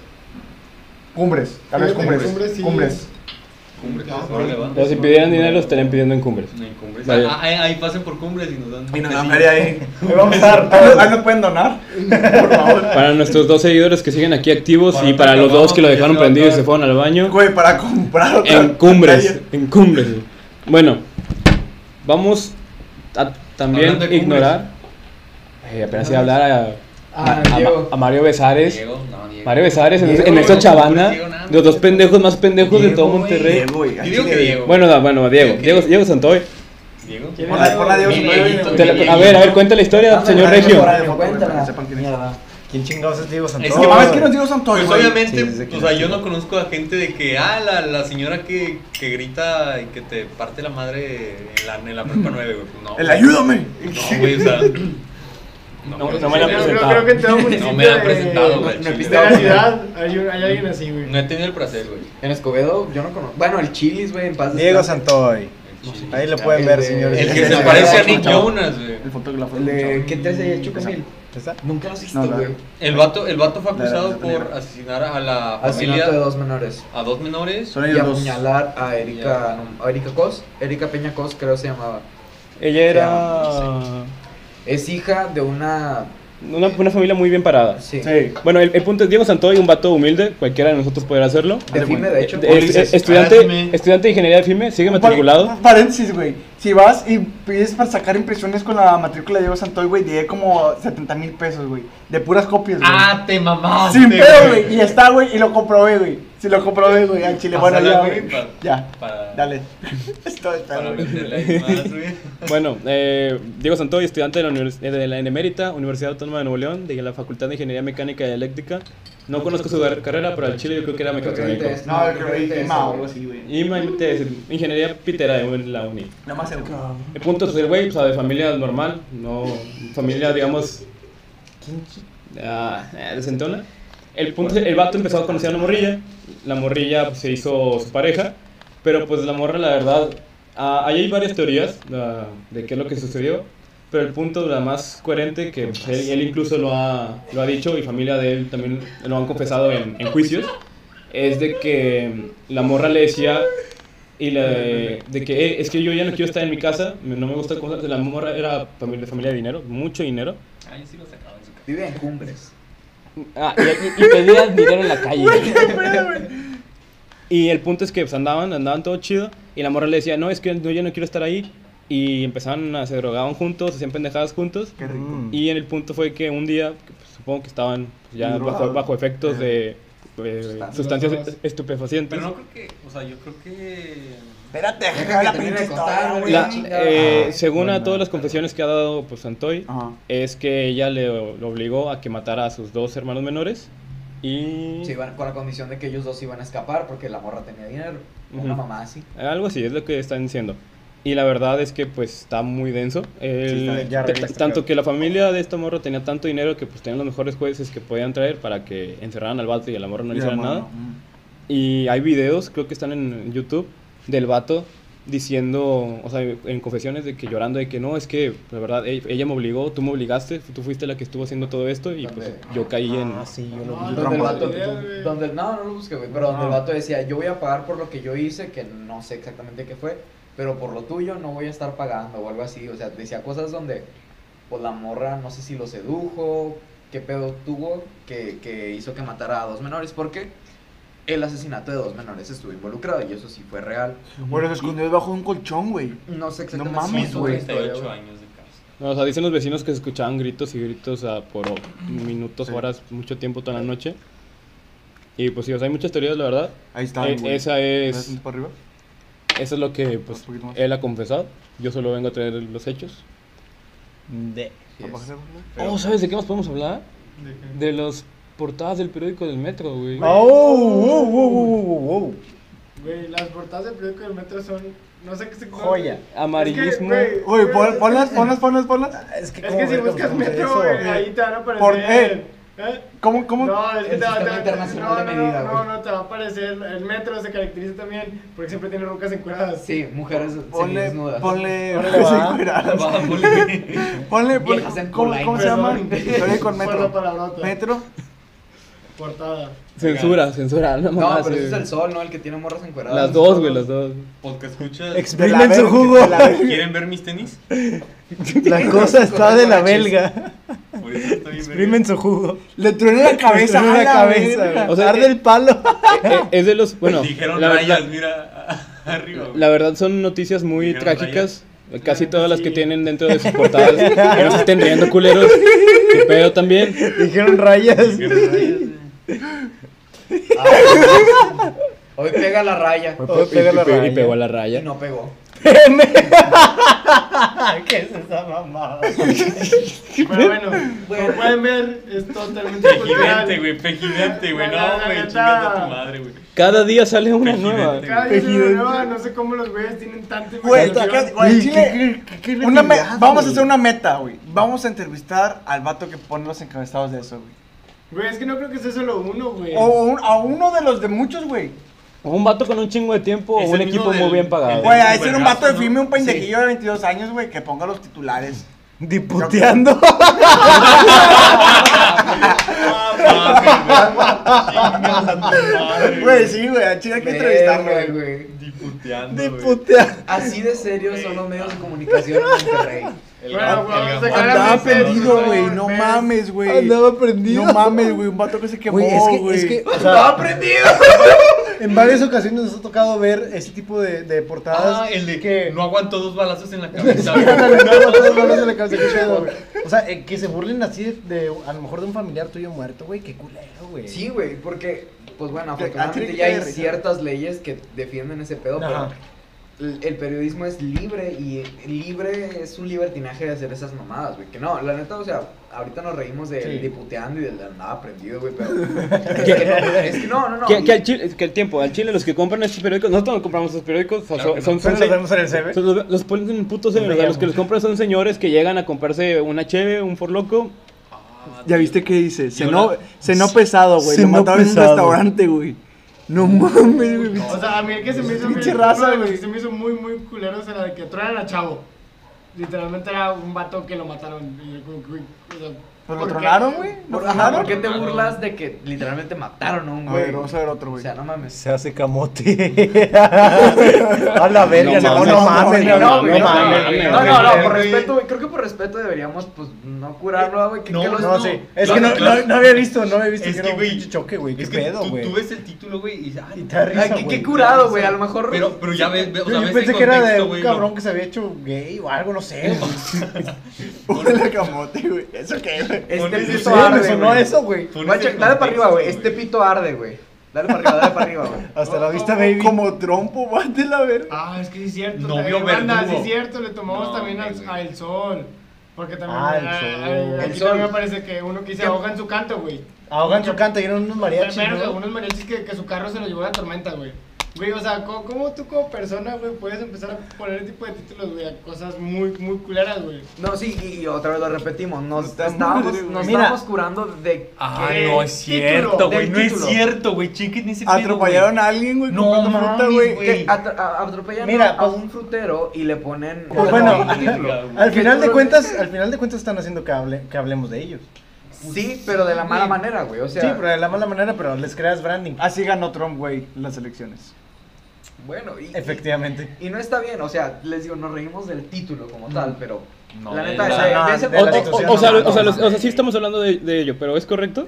Cumbres, tal vez Fíjate, cumbres. cumbres Cumbres, sí. Cumbres. Ah, órale, va. Pero si pidieran dinero, lo estarían pidiendo en cumbres. No, en cumbres. Vale. Ah, ah, ahí, ahí pasen por cumbres y nos dan. Y nos dan Sí. feria ahí. Me vamos a dar Ahí todo. nos- ahí nos pueden donar, por favor. Para nuestros dos seguidores que siguen aquí activos Para y para otro los dos que lo cabrón, dejaron ya se va a prendido y se acabar. fueron al baño. Güey, para comprar otra En cumbres, pantalla. en cumbres. güey. Bueno, vamos a también Hablando de ignorar. Ay, apenas iba a hablar a, Ah, a- a- Diego. a Mario Besares. Diego, no, Diego. Mario Besares en, Diego, en esta güey, chavana. Diego Hernández. Los dos pendejos más pendejos de todo Diego, güey, Monterrey. Diego, güey, Yo al digo que chile, güey. Diego. Bueno, no, bueno, Diego. Digo que Diego, Diego. Diego Santoy. Diego. Pon la- pon la Diego, Mi se puede, viejito, güey. Te la- Diego. a ver, a ver, cuenta la historia, Dame señor la Regio. fuera de foco, güey, Cuéntala. para que sepan quién es. Mierda. ¿Quién chingados es Diego Santos? Es ¿Qué que, mames, ¿quién es Diego Santoy, Pues güey? obviamente, Sí, desde que o sea, nací. yo no conozco a gente de que, ah, la, la señora que, que grita y que te parte la madre en la, en la prepa 9, güey. No, El güey. ayúdame. No, güey, o sea. No, No, güey, no o me la sea, Sí, han no, Creo, presentado. creo que en todo municipio No me la han de- presentado, güey. en chile. el De la ciudad hay, un- hay alguien así, güey. No he tenido el placer, güey. En Escobedo, yo no conozco. Bueno, el Chilis, güey, en paz. Diego descanse. Santoy. El chile. Ahí lo pueden ver, señores. El Ese que se es- parece a ese es Nick un chavo. Jonas, güey. El fotógrafo. El de muchacho. ¿Qué te hace Chocomil? ¿Está? Nunca lo has No, visto, no. güey. El vato, el vato fue La- la- acusado la- por asesinar a la Asesinato de familia, dos menores. a dos menores. Son Y ellos dos. apuñalar a Erika, a Erika Cos, Erika Peña Cos, creo se llamaba. Ella Ya, era Es hija de una. una, una familia muy bien parada. Sí. Sí. Bueno, el, el punto es Diego Santoy, un vato humilde, cualquiera de nosotros podría hacerlo. De FIME, de hecho. Eh, eh, Ulises, estudiante, hazme. estudiante de ingeniería de FIME, sigue Un par- matriculado. un Paréntesis, güey. Si vas y pides para sacar impresiones con la matrícula de Diego Santoy, güey, llegué como 70 mil pesos, güey. De puras copias, güey. Ah, te mamaste. Sin pedo, güey. Y está, güey, y lo comprobé, güey. Si lo comprobé, güey, al chile. Bueno, Pásala, ya, güey, güey. pa- Ya. Para, Dale. Estoy para esperando. venderle ahí más, güey. Bueno, eh, Diego Santoy, estudiante de la, univers- eh, de la Enemérita, Universidad Autónoma de Nuevo León, de la Facultad de Ingeniería Mecánica y Eléctrica. No conozco su gar- carrera, pero al chile yo creo que era mecatrónico. Creo que No, el creo que que es- Ima o algo así, güey. Y ma- te- ingeniería pitera en la uni. Nada más el. El punto es el güey, o sea, de familia normal, no familia, digamos, ah, eh, decentona. El punto es, el vato empezó a conocer a la morrilla, la morrilla pues, se hizo su pareja, pero pues la morra, la verdad, ah, ahí hay varias teorías ah, de qué es lo que sucedió, pero el punto, la más coherente, que pues, él, él incluso lo ha, lo ha dicho y familia de él también lo han confesado en, en juicios, es de que la morra le decía y la de, de que "Eh, es que yo ya no quiero estar en mi casa, me- no me gusta cómo la morra era familia, de familia de dinero, mucho dinero. Ah, yo sí lo sacaba en su casa. Vive en Cumbres. Ah, y, y- y pedía dinero en la calle. y el punto es que pues, andaban, andaban todo chido y la morra le decía, "No, es que yo ya no quiero estar ahí." Y empezaban a se drogaban juntos, hacían pendejadas juntos. Qué rico. Mm. Y en el punto fue que un día, que, pues, supongo que estaban ya Drogados. bajo, bajo efectos de eh, Sustancias. sustancias estupefacientes. Pero no creo que, o sea, yo creo que. Espérate, que déjame la termine pinche de contar, historia, güey. güey. La- eh, Ah, según a bueno. todas las confesiones que ha dado pues, Santoy, Ajá. es que ella le, lo obligó a que matara a sus dos hermanos menores y eh, Se iban con la condición de que ellos dos iban a escapar porque la morra tenía dinero. Una Ujú. mamá así. algo así es lo que están diciendo y la verdad es que pues está muy denso El- está- ya t- revista, t- tanto creo. que la familia de esta morra tenía tanto dinero que pues tenían los mejores jueces que podían traer para que encerraran al vato y a la morra no le hicieran nada mm. Y hay videos, creo que están en YouTube, del vato diciendo, o sea, en confesiones de que llorando de que no, es que la verdad e- ella me obligó, tú me obligaste, tú fuiste la que estuvo haciendo todo esto y pues Donde- yo caí en Ah, sí, yo lo No, vi. Donde el Rambo. Ah. vato, Idea, güey. donde, no, no lo busqué, güey, pero donde el Ajá. vato decía, yo voy a pagar por lo que yo hice, que no sé exactamente qué fue, pero por lo tuyo no voy a estar pagando o algo así. O sea, decía cosas donde, pues la morra no sé si lo sedujo, qué pedo tuvo que, que hizo que matara a dos menores, porque el asesinato de dos menores estuvo involucrado y eso sí fue real. Bueno, se escondió debajo de un colchón, güey. No sé exactamente mames, cómo estuvo güey. la historia, 38 güey. años de cárcel. No, o sea, dicen los vecinos que se escuchaban gritos y gritos ah, por oh, minutos, Sí. horas, mucho tiempo toda la noche. Y pues sí, o sea, hay muchas teorías, la verdad. Ahí está, Eh, güey. esa es- ¿Ves para arriba? Eso es lo que pues, Un poquito eh, más. él ha confesado. Yo solo vengo a traer los hechos. De. Sí, es. Apágale, Oh, ¿sabes de qué más podemos hablar? ¿De qué? De los portadas del periódico del metro, güey. Oh, wow, wow, wow, wow, wow. Güey, las portadas del periódico del metro son. No sé qué se. Joya. Amarillismo. Es que, güey, Oye, pon- ponlas, ponlas, ponlas, ponlas. Es que, Es ¿cómo que si verga buscas usamos metro, eso? güey, ahí te van a aparecer. Por- eh. ¿Eh? ¿Cómo, cómo? No, es que El te va, te sistema va- internacional no, de no, medida, no, güey. no, te va a aparecer. El metro se caracteriza también porque siempre tiene rucas encueradas. Sí, mujeres Ponle, semidesnudas. ponle, Órale, ponle, va. encueradas. Va, ponle. ponle, ponle, Viejas en ¿cómo, Colai, cómo se llama? perdón. Historia con Fue la metro. palabrota. Metro, Portada. Censura, censura, no No, mamá, pero sí, ese es güey. el sol, ¿no? El que tiene morras encueradas. Las dos, güey, las dos. Porque escuchas. de la Exprimen su verga, jugo. de la verga. ¿Quieren ver mis tenis? La cosa está de la belga. Por eso estoy bien Exprimen su jugo. Le truena la cabeza. Exprimen a la cabeza. verga. güey. O sea, Arde el palo. Eh, es de los. Bueno, Dijeron la, rayas, la- mira, a- arriba. güey. la verdad son noticias muy Dijeron trágicas. Casi Ah, Claro que todas las que sí. tienen dentro de sus portadas. Que no se estén riendo, culeros. Qué pedo también. Dijeron rayas. Dijeron rayas, güey. Ah, Hoy pega la raya. Oh, pega la Y pe- raya. Y pegó a la Y raya. no pegó. ¿Qué es esa mamada? Pero bueno, Bueno. como pueden ver, es totalmente cultural. Pejidente, güey, pejidente, güey. La- la- No, la güey, neta. chingando a tu madre, güey. Cada día sale una Vigilante. nueva. Cada día se me Pejidente. renueva, no sé cómo los güeyes tienen tanta Güey, imaginación. güey, al chile, una me- creatividad, vamos a güey. hacer una meta, güey. Vamos a entrevistar al vato que pone los encabezados de eso, güey. Güey, es que no creo que sea solo uno, güey. O un- a uno de los de muchos, güey. O un vato con un chingo de tiempo o Es un el mismo equipo muy del- bien pagado. el- Güey, a decir un vergazo, vato de ¿no? firme, un pendejillo de 22 años, güey, que ponga los titulares. Diputeando. Ah, mames, güey. Chingas a tu madre, Güey, sí, güey, a Chile hay que entrevistarlo, Verga, güey. güey. Diputeando, güey. Diputeando. Así de serio son los medios de comunicación en Monterrey. El Bueno, gato, güey, vamos el a gato. sacar a Andaba Claramente, perdido, pues, no, güey, no ves. mames, güey. Andaba prendido. No mames, güey, un vato que se quemó, Güey, es que, güey. es que, o ¡Lo sea, ha aprendido! en varias ocasiones nos ha tocado ver ese tipo de, de portadas. Ah, el de que que no aguantó dos balazos en la cabeza. güey. Ándale, no, no, no, no, no, le causa, qué pedo, güey. O sea, eh, que se burlen así de, de- a lo mejor de un familiar tuyo muerto, güey, qué culero, güey. Sí, güey, porque, pues bueno, Que- ah, afortunadamente tiene ya que hay ver, ciertas leyes que defienden ese pedo, Ajá. pero el, el periodismo es libre y libre es un libertinaje de hacer esas mamadas, güey. Que no, la neta, o sea, ahorita nos reímos del Sí. diputeando y del de andaba aprendido, güey, pero. es, que no, es que no, no, no. Que, que al chile, que al tiempo, al chile, los que compran estos periódicos, nosotros no compramos estos periódicos, o sea, Claro que son, no. son, Pero se- nos vemos en el CV. son- los, los ponen en putos señores, o sea, los que los compran son señores que llegan a comprarse una cheve, un forloco, Ah, Ya viste qué dice, Y cenó, ahora- cenó pesado, güey. Lo Cenó mataron en un pesado. restaurante, güey. No mames, güey. O sea, a mí el que se me hizo. Pinche el- raza, uno de los güey. que se me hizo muy, muy culero. O sea, la de que traen a Chavo. Literalmente era un vato que lo mataron. Y yo como que, güey, o sea, ¿Pero lo ¿por qué? tronaron, güey? ¿Lo Por, ajá, tronaron? ¿por qué te burlas de que literalmente mataron a un A güey? ver, vamos a ver otro, o güey. sea, no mames. Se hace camote. a la verga, no, mames. no mames, no, no, güey, no mames. No, güey. no, no, por respeto, güey. Creo que por respeto deberíamos, pues, no curarlo, güey. Que, No, que los- No, No, sí. Es no, que no, claro. no, no había visto, no había visto. Es que que, era un güey, pinche choque, güey. ¿Qué Es que pedo, tú- güey? Tú ves el título, güey, y ay, Y te da risa, Ay, qué- güey. qué curado, güey. A lo mejor. Pero, pero ya ves, ve- o Yo, sea, yo ves pensé el que era de contexto, un güey, cabrón lo- que se había hecho gay o algo, no sé. güey. Huele a camote, güey. ¿Eso qué, güey? Este Pones el pito Sí, arde, me arde. sonó güey. eso, güey. Pones Guacha, el dale para contexto, arriba, güey. Este pito arde, güey. Dale para arriba, dale para arriba, güey. Hasta la vista, Oh, baby. Como trompo, vas de la verga. Ah, es que sí es cierto. No también, vio banda, verdugo. Sí es cierto, le tomamos No, también al, güey. a El Sol. Porque también. Ah, El ah, Sol. ah, El aquí Sol. también me parece que uno que se ¿Qué? ahoga en su canto, güey. Ahogan su canto y eran unos mariachis. Menos ¿no? algunos mariachis que, que su carro se lo llevó la tormenta, güey. Güey, o sea, ¿cómo, cómo tú como persona, güey, puedes empezar a poner ese tipo de títulos, güey, a cosas muy, muy culeras, güey? No, sí, y- y otra vez lo repetimos. Nos Puta estábamos, madre, güey. nos Mira. estábamos curando de. Ah, ¿Qué? no es Título. cierto, güey. Del No es título. cierto, güey. Chequen ese pedo, Atropellaron a alguien, güey, No comprando fruta, mames, güey. güey. que atra- a- atropellan Mira, a pues- un frutero y le ponen. Pues bueno, un título. Al final de Seguro- cuentas, al final de cuentas están haciendo que, hable- que hablemos de ellos. Sí, pero de la mala manera, güey. O sea, Ah, sí, pero de la mala manera, pero les creas branding. Ah, Así ganó Trump, güey, las elecciones. Bueno, y, Efectivamente. y no está bien, o sea, les digo, nos reímos del título como tal, pero No, la de la- neta, ese- no, de ese de la punto- situación, O sea, no, o sea, no, los- o sea, sí estamos hablando de, de ello, pero ¿es correcto?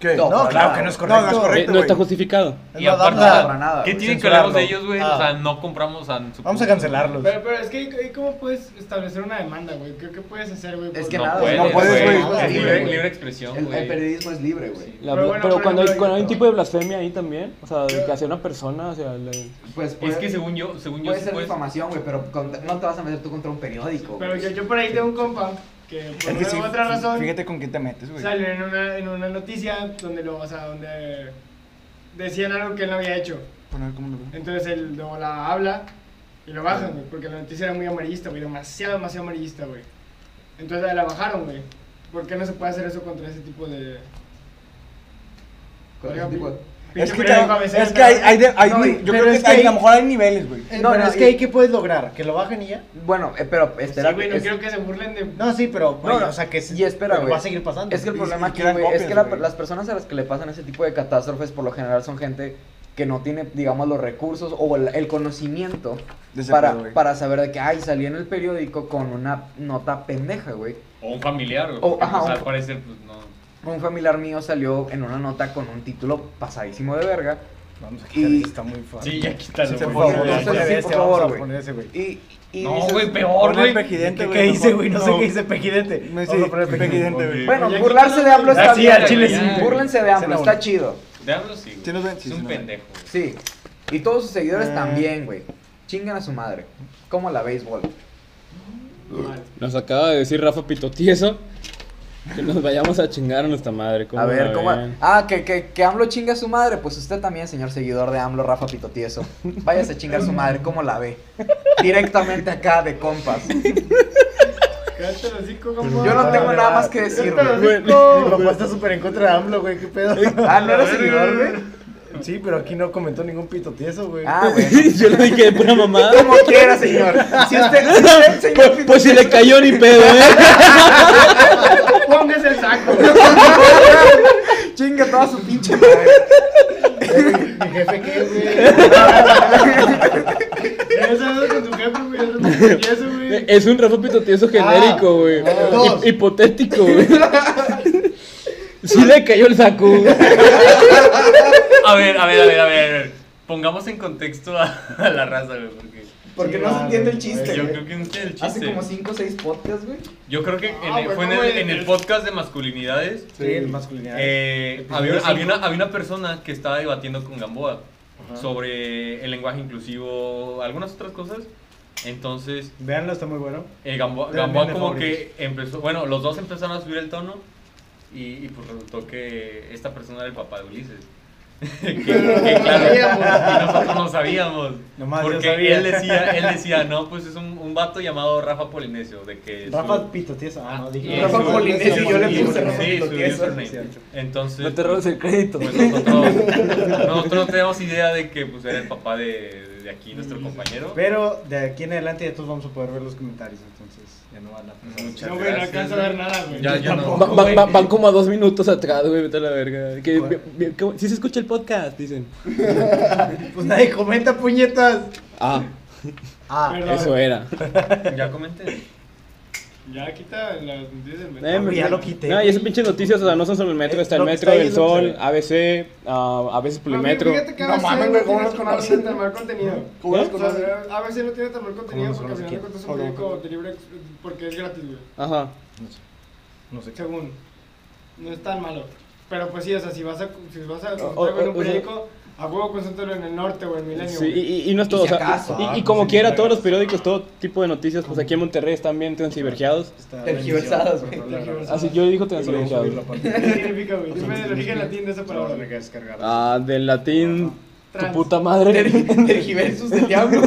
¿Qué? No, No, para claro nada. que no es No, no es correcto. correcto. Eh, no está güey. justificado. Es Y más, aparte- vamos a- no, para nada. ¿Qué güey. tienen que hablar de Censurarlo. ellos, güey? Ah. O sea, no compramos a su Vamos a público. cancelarlos. Pero, pero es que, ¿y ¿cómo puedes establecer una demanda, güey? ¿Qué, qué puedes hacer, güey? Es por- que No nada, puedes, no puedes, güey. güey. Es libre, Sí, libre El, expresión, el güey. periodismo es libre, La- güey. Pero pero bueno, por cuando, hay, ejemplo, cuando hay un ahorita- tipo de blasfemia ahí también, o sea, de que hacia una persona, o sea, le- Pues puede, Es que según yo, según yo, puede sí ser puedes- difamación, güey, pero con- no te vas a meter tú contra un periódico. Pero güey. yo, yo por ahí tengo un compa que por Es que una sí, u otra fí- razón Fíjate con quién te metes, güey. salió en una, en una noticia donde lo, o sea, donde decían algo que él no había hecho. Bueno, a ver cómo lo veo. Entonces él de volada habla y lo bajan, güey, porque la noticia era muy amarillista, güey, demasiado, demasiado amarillista, güey. Entonces la bajaron, güey. ¿Por qué no se puede hacer eso contra ese tipo de... Con ese tipo de- Es pinche que, periódico a hay- veces, es que hay, hay de- hay No, ni- güey, yo pero creo que es que hay- a lo mejor hay niveles, güey. Eh, No, pero no, es y- que ahí que puedes lograr, que lo bajen y ya. Bueno, eh, pero espera. Sí, güey, no es- quiero que se burlen de... No, sí, pero vaya, no, o sea que sí, y espera, pero güey. va a seguir pasando. Es que el Y- problema y aquí, crean güey, es copias, que la- güey. las personas a las que le pasan ese tipo de catástrofes por lo general son gente que no tiene, digamos, los recursos o el, el conocimiento De ese para, pedo, güey. para saber de que, ay, salí en el periódico con una nota pendeja, güey. O un familiar, güey. O, porque, ajá, pues, un- al parecer, pues no. Un familiar mío salió en una nota con un título pasadísimo de verga. Vamos a quitar, Y- está muy fácil. Sí, ya quítalo, por güey. pone- favor, entonces, ponle sí, ese, por vamos favor, a güey. poner ese, güey. Y, y No, dices- güey, peor, Ponle güey. presidente, ¿Qué, güey. qué hice, mejor. güey? No, sé qué hice, pejidente. No Vamos a hice poner pejidente. presidente, güey. Bueno, Ya burlarse quítalo, de AMLO güey. está Ah, sí, bien. al chile güey. sí, güey. Burlense de AMLO, Sí, está no, chido. De AMLO sí, güey. Sí nos ven, sí, es sí un nos ven. pendejo, güey. Sí. Y todos sus seguidores Ah. Eh. también, güey. Chingan a su madre. Como la béisbol. Mal. nos acaba de decir Rafa Pitotieso que nos vayamos a chingar a nuestra madre. ¿cómo A ver, la ¿cómo? ven? Ah, que, que, que AMLO chinga a su madre. Pues usted también, señor seguidor de AMLO, Rafa Pitotieso. Váyase a chingar a su madre, ¿cómo la ve? Directamente acá de compas. Cállate el hocico, Yo no compa. tengo nada más que decir, Cállate el güey. Mi papá está súper en contra de AMLO, güey, qué pedo. Ah, ¿no era seguidor, güey? Sí, pero aquí no comentó ningún pito tieso, güey. Ah, bueno. Yo le dije de pura mamada. Como quiera, señor. Si usted, si usted, señor Pues, pues si le cayó ni pedo, ¿eh? Póngase el saco. Pitotieso, Chinga toda su pinche madre. Mi jefe, ¿qué, güey? Eso es con tu jefe, güey. Eso es con tu yeso, güey. Es un Rafa Pitotieso Ah, genérico, güey. dos. Hip- hipotético, güey. Sí le cayó el saco. güey. A ver, a ver, a ver, a ver, a ver. Pongamos en contexto a, a la raza, güey, porque Porque no se entiende el chiste, yo güey. creo que no entiende el chiste. Hace como 5 o 6 podcasts, güey. Yo creo que en Ah, el- güey, fue en no, el, güey, en el es- podcast de masculinidades. Sí, el masculinidad. eh, había, una- había una, había una persona que estaba debatiendo con Gamboa sobre el lenguaje inclusivo, algunas otras cosas. Entonces, Veanlo, está muy bueno. eh, Gamboa, De mis Gamboa como favoritos. que empezó, bueno, los dos empezaron a subir el tono y, y pues resultó que esta persona era el papá de Ulises. que, que claro, y nosotros no sabíamos. Nomás yo porque sabía. él decía, él decía, no, pues es un, un vato llamado Rafa Polinesio, de que su- Rafa pito tieso. Ah, no, dije. eh, Rafa su- Polinesio, su- yo le su- puse sí, Rafa su Polinesio. username. Entonces, No te robes el crédito. pues nosotros, nosotros no teníamos idea de que pues, era el papá de, de aquí, nuestro compañero. Pero de aquí en adelante ya todos vamos a poder ver los comentarios, entonces ya no van a pasar. Muchas No, güey, no gracias, alcanzo a güey. ver nada, güey. Ya, ya no. Va- va- va- van como a dos minutos atrás, güey, vete a la verga. Que, si se escucha el podcast, dicen. Pues nadie comenta, puñetas. Ah, Ah, Perdón. eso era. Ya comenté. Ya quita las noticias del Eh, metro. me- ya lo quité. No, y esas pinches noticias, o sea, no son sobre el metro, Eh, está el lo que metro, está ahí el es lo que sol, se ve. ABC, ah, a veces polimetro. No, fíjate que a No veces mames, güey, ¿cómo no los tiene conoces? tan mal contenido. ¿Cómo los O sea, A veces no tiene tan mal contenido los porque al final conoces de quién? cuentas es ¿O un no? periódico de libre ex- porque es gratis, güey. Ajá. No sé qué. Según. No es tan malo. Pero pues sí, o sea, si vas a, si vas a O- o- ver un o sea- periódico, a huevo concéntralo en el norte o en Milenio. Sí, güey. y, y- y no es todo, si o sea, acaso, y- ah, y, pues como sí, quiera, claro. todos los periódicos, todo tipo de noticias, pues aquí en Monterrey están bien transvergiados. Está Tergiversadas, bien, güey. tergiversadas. Así yo digo Pero vamos a transvergiados. subirlo aparte. ¿Qué significa, güey? Yo me lo dije en latín de esa palabra. Hay que güey. descargar. Ah, del latín, tu Trans. puta madre. Tergiversus del diablo.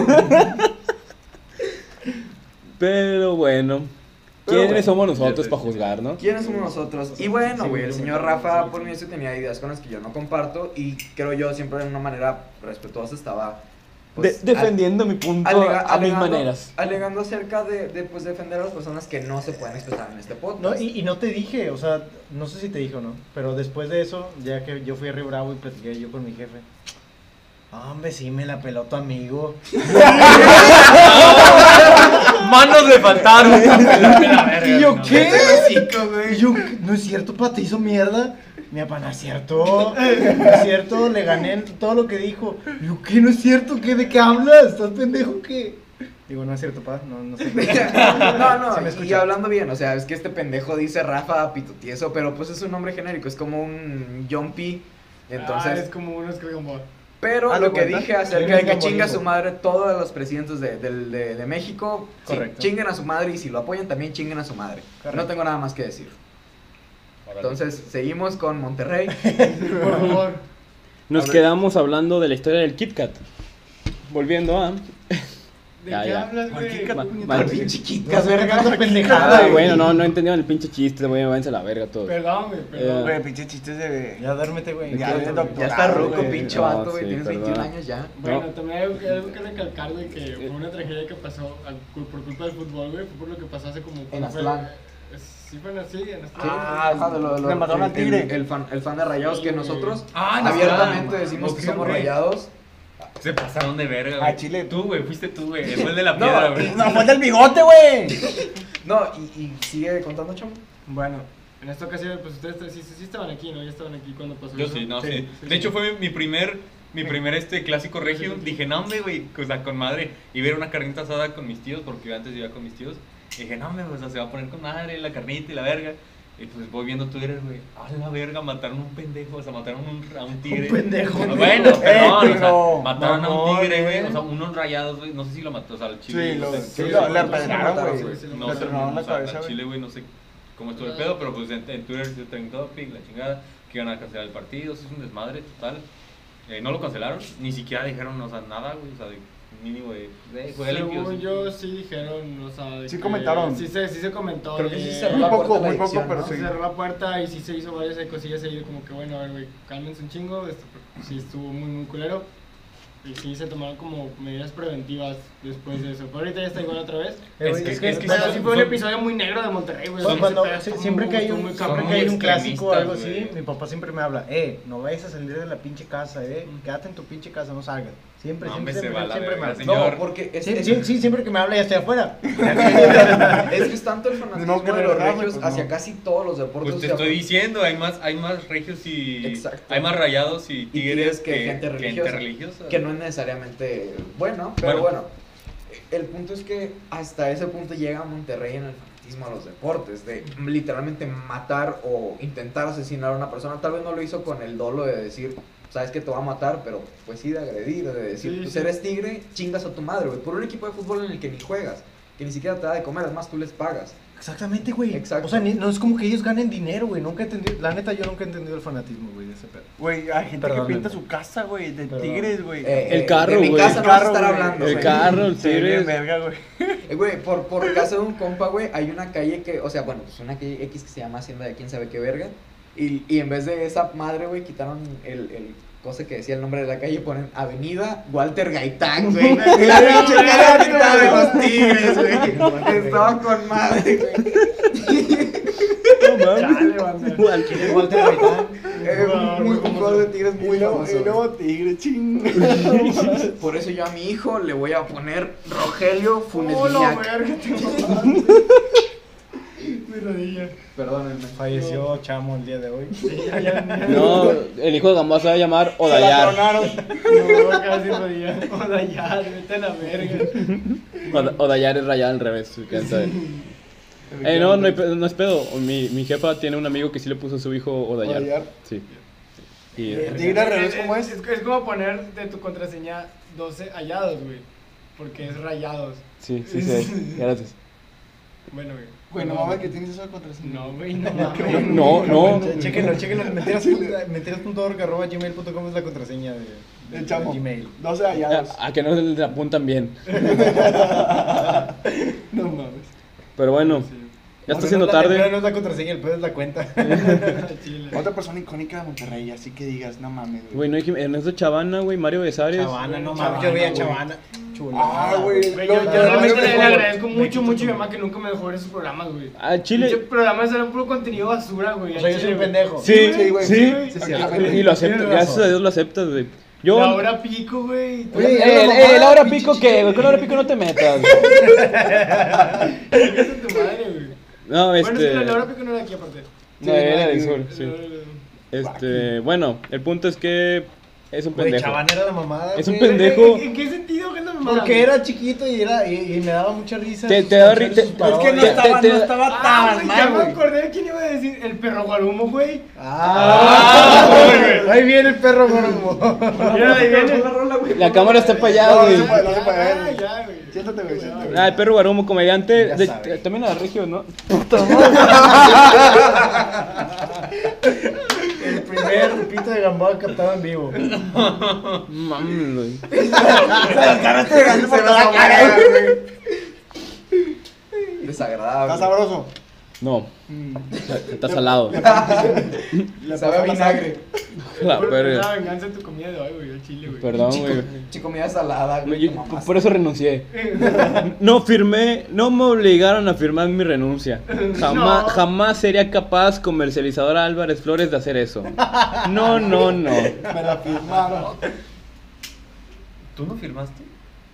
Pero bueno, Pero ¿quiénes bueno, somos nosotros ya para te- juzgar, no? ¿Quiénes somos nosotros? Y bueno, güey, el señor Rafa por mí tenía ideas con las que yo no comparto y creo yo siempre de una manera respetuosa estaba pues, De- al- defendiendo mi punto alega- a mis alegando- maneras. Alegando acerca de, de, pues, defender a las personas que no se pueden expresar en este podcast. No, y, y no te dije, o sea, no sé si te dije o no, pero después de eso, ya que yo fui a Río Bravo y platiqué yo con mi jefe, "Ah, Hombre, sí, me la peló tu amigo. Manos le faltaron. ¿Y yo qué? Chico, güey. Y yo, no es cierto, pa, te hizo mierda. Mi papá, no es cierto. No es cierto, le gané en todo lo que dijo. Y yo, ¿qué? No es cierto, ¿qué? ¿De qué hablas? ¿Estás pendejo qué? Digo, no es cierto, pa, no, no sé. no, no, Se me y escucha. hablando bien, o sea, es que este pendejo dice Rafa Pitutieso, pero pues es un nombre genérico, es como un John P. Ah, Entonces, es como unos que digan, "Bueno, pero ¿Haz de lo que Ah, cuenta? dije Yo acerca no de que digo chinga a bonito. su madre todos los presidentes de, del- de- de México, sí, Correcto. chinguen a su madre y si lo apoyan también chinguen a su madre. No Correcto. tengo nada más que decir. Entonces, seguimos con Monterrey. por favor. Nos quedamos hablando de la historia del Kit Kat. Volviendo a. ¿De Ya, qué ya. hablas, güey? Cualquier ¿Qué ma- puñetas? ma- No chiquitas, sé, regando pendejada. Ah, güey. bueno, no, no entendieron el pinche chiste, güey. Váyanse a la verga todos. Perdón, güey, perdón. Güey, pinche chistes de. Ya duérmete, güey. Ya, de doctorado, Ya está ruco, güey. pinche No, vato, güey. sí, Tienes perdón. 21 años ya. Bueno, No. también hay algo, que- algo que recalcar, güey, que fue una tragedia que pasó al- cu- por culpa del fútbol, güey, fue por lo que pasó hace como... En fue- Aztlán. eh, Sí, fue en Aztlán, en Aztlán. Ah, Ah, de lo- de lo- le mataron el- al tigre. El, el fan, el fan de Rayados que nosotros Ah, no, abiertamente claro. decimos Ok, que somos ok. Rayados. Se pasaron de verga, Ah, güey. Chile. Tú, güey, fuiste tú, güey. El gol de la piedra, güey. No, fue el del bigote, güey. No, y, y sigue contando, chamo. Bueno, en esta ocasión, pues ustedes tres sí, sí, sí estaban aquí, ¿no? Ya estaban aquí cuando pasó Yo eso. sí, no, sí. sí. De hecho, fue mi, mi primer, mi primer este clásico regio. Dije, no, hombre, güey, o sea, con madre. Y ver una carnita asada con mis tíos, porque yo antes vivía con mis tíos. Y dije, no, hombre, o sea, se va a poner con madre la carnita y la verga. Y pues voy viendo Twitter, güey. A la verga, mataron a un pendejo, o sea, mataron un- a un tigre. Un pendejo. Ah, Bueno, perdón, o sea, Eh, pero, mataron a un mamón, tigre, güey. eh. O sea, unos rayados, güey. No sé si lo mató, o sea, al chile. Sí, no lo, sé. sí, sí, lo- sí, le sí, apedraron, mataron, güey. güey. No Le sé, tronaron la o sea, cabeza, al güey. Chile, güey, no sé cómo estuvo el pedo, pero pues en, en Twitter se traen topic, la chingada, que iban a cancelar el partido, eso es un desmadre total. Eh, no lo cancelaron, ni siquiera dijeron, o sea, nada, güey, o sea, de mínimo de, de juega limpio. Según sí. yo, sí dijeron, o sea... de Sí que- comentaron. Sí se, sí se comentó. Creo que sí de- se Muy La poco, puerta de muy poco, la adicción, pero ¿no? Se sí. cerró la puerta y sí se hizo varias de cosillas ahí, de como que bueno, a ver, güey, cálmense un chingo, esto sí estuvo muy, muy culero. Y sí se tomaron como medidas preventivas después de eso. Pero ahorita ya está igual otra vez. Eh, güey, Es que- es que- es que Pero pero sí sí fue un son- episodio muy negro de Monterrey, güey. Pues, Ese cuando- pedo estuvo siempre que hay muy, un, muy siempre cabrón. que hay un extremistas, clásico o algo güey. así, mi papá siempre me habla, eh, no vayas a salir de la pinche casa, eh, quédate en tu pinche casa, no salgas. Siempre, No, hombre, siempre, se siempre, va la siempre me verga, habla. Señor. No, porque es, Sí, es- sí, sí, siempre que me habla ya estoy afuera. es que es tanto el Ni fanatismo modo que de los relaje, regios pues, hacia no. casi todos los deportes. Pues te o sea, estoy diciendo, hay más, hay más regios y. Exacto. Hay más rayados y tigres tigres que gente religiosa. religiosa. que no es necesariamente bueno, pero bueno. Bueno. el punto es que hasta ese punto llega Monterrey en el fanatismo a los deportes, de literalmente matar o intentar asesinar a una persona. Tal vez no lo hizo con el dolo de decir, sabes que te va a matar, pero pues sí de agredir, de decir, Sí, pues sí. eres tigre, chingas a tu madre, güey, por un equipo de fútbol en el que ni juegas, que ni siquiera te da de comer, además tú les pagas. Exactamente, güey. Exacto. O sea, ni- no es como que ellos ganen dinero, güey. Nunca he entendido, la neta, yo nunca he entendido el fanatismo, güey, de ese pedo. Güey, hay gente Perdón, que pinta güey. su casa, güey, de Perdón. tigres, güey. Eh, El eh, carro, de mi güey. casa El no vas a carro, estar güey. hablando. El güey. carro, el Se ve bien tigre. verga, güey. Eh, Güey, por, por casa de un compa, güey, hay una calle que, o sea, bueno, pues una calle X que se llama Hacienda de quién sabe qué verga. Y, y en vez de esa madre, güey, quitaron el, el cosa que decía el nombre de la calle y ponen Avenida Walter Gaitán, güey. Y la pinche cara pintada de los tigres, güey. Estaba con madre, güey. Chale, banda. Walter Gaitán. Eh, muy, un jugador de tigres muy Y luego, famoso. y luego tigre, ching. güey. Por eso yo a mi hijo le voy a poner Rogelio Funes Hola, verga, Guiñac. te Mi rodilla. Perdónenme. Falleció Chamo el día de hoy. Sí, ya, ya, ya. No, el hijo de Gamboa se va a llamar Odayar. No, casi rodilla. Hola, ya, vete a la verga. Oda- Odayar es rayada al revés. si quieren saber. Eh, no, no, hay pe- no es pedo. Mi, mi jefa tiene un amigo que sí le puso a su hijo Odayar. Odayar. Sí. Y, El tigre al revés, ¿cómo es? Es como poner de tu contraseña 12 hallados, güey. Porque es rayados. sí, sí, sí. Gracias. Bueno, güey. Güey, no mames que tienes esa contraseña. No, güey, no mames. No, no. Chequenlo, chequenlo. Mentiras.org mentiras.org, arroba gmail.com es la contraseña de, de- El chamo. de Gmail. 12 hallados. A, a que no se les apuntan bien. No mames. Pero bueno, ya No, está no, siendo no, la- No, tarde. no es la contraseña, el pedo es la cuenta. Chile. Otra persona icónica de Monterrey, así que digas, no mames, Güey, no dije, Ernesto Chavana, güey, Mario Besares. Chavana, no Chavana, mames. Yo veía güey. Chavana. Chula. Ah, güey. Güey, lo- Yo, yo lo- realmente lo- le, le lo- agradezco mucho, mucho a mi mamá que nunca me dejó ver esos programas, güey. Ah, Chile. Pinche programas eran puro contenido basura, güey. O al sea, yo soy chile, un güey. pendejo. Sí, Sí, güey, sí. sí, sí, sí. Y lo aceptas, Tienes gracias razón. a Dios lo aceptas, güey. Yo... Yo. La hora pico, güey. Oye, Eh, era eh, la eh, mamada, la hora pinche pico que, güey, con la hora pico no te metas. güey. Chingas a tu madre, güey. No, Bueno, es este. que la- la hora pico no era aquí aparte. No, era del sur, Pero- sí. Este, bueno, el punto es que es un Güey, pendejo. Chaván era la mamada. Es un güey. pendejo. ¿En- ¿En qué sentido que no me mala? Porque era chiquito y, era, y, y me daba mucha risa. Te- sus te daba canciones, ri- sus te- parodias. Es que no Te- estaba, te- no estaba Ah, tan güey, ya mal, me güey. acordé quién iba a decir el perro guarumo, güey. Ah, ahí viene el perro gormo. Mira, ahí viene. Una rola, güey. La cámara está para allá, No, güey. no, no, Ya, para él. ya, güey. Siéntate, güey, siéntate, güey. Ah, el perro Guarumo, comediante. Ya de- sabe. también a la Regio, ¿no? El primer Lupito de Gamboa captado en vivo. Mm. Mames, güey. Se la cara, güey. Desagradable. Está sabroso. No. Mm. Está salado. Sabe a vinagre. La Por- por La verga. venganza de tu comida de hoy, güey, al chile, güey. Perdón, güey. Chico, comida salada, No, güey. yo- te mamaste. por eso renuncié. Eh, No firmé, no me obligaron a firmar mi renuncia. Jamás, No. jamás sería capaz comercializadora Álvarez Flores de hacer eso. No, no, no. Me la firmaron. ¿Tú no firmaste?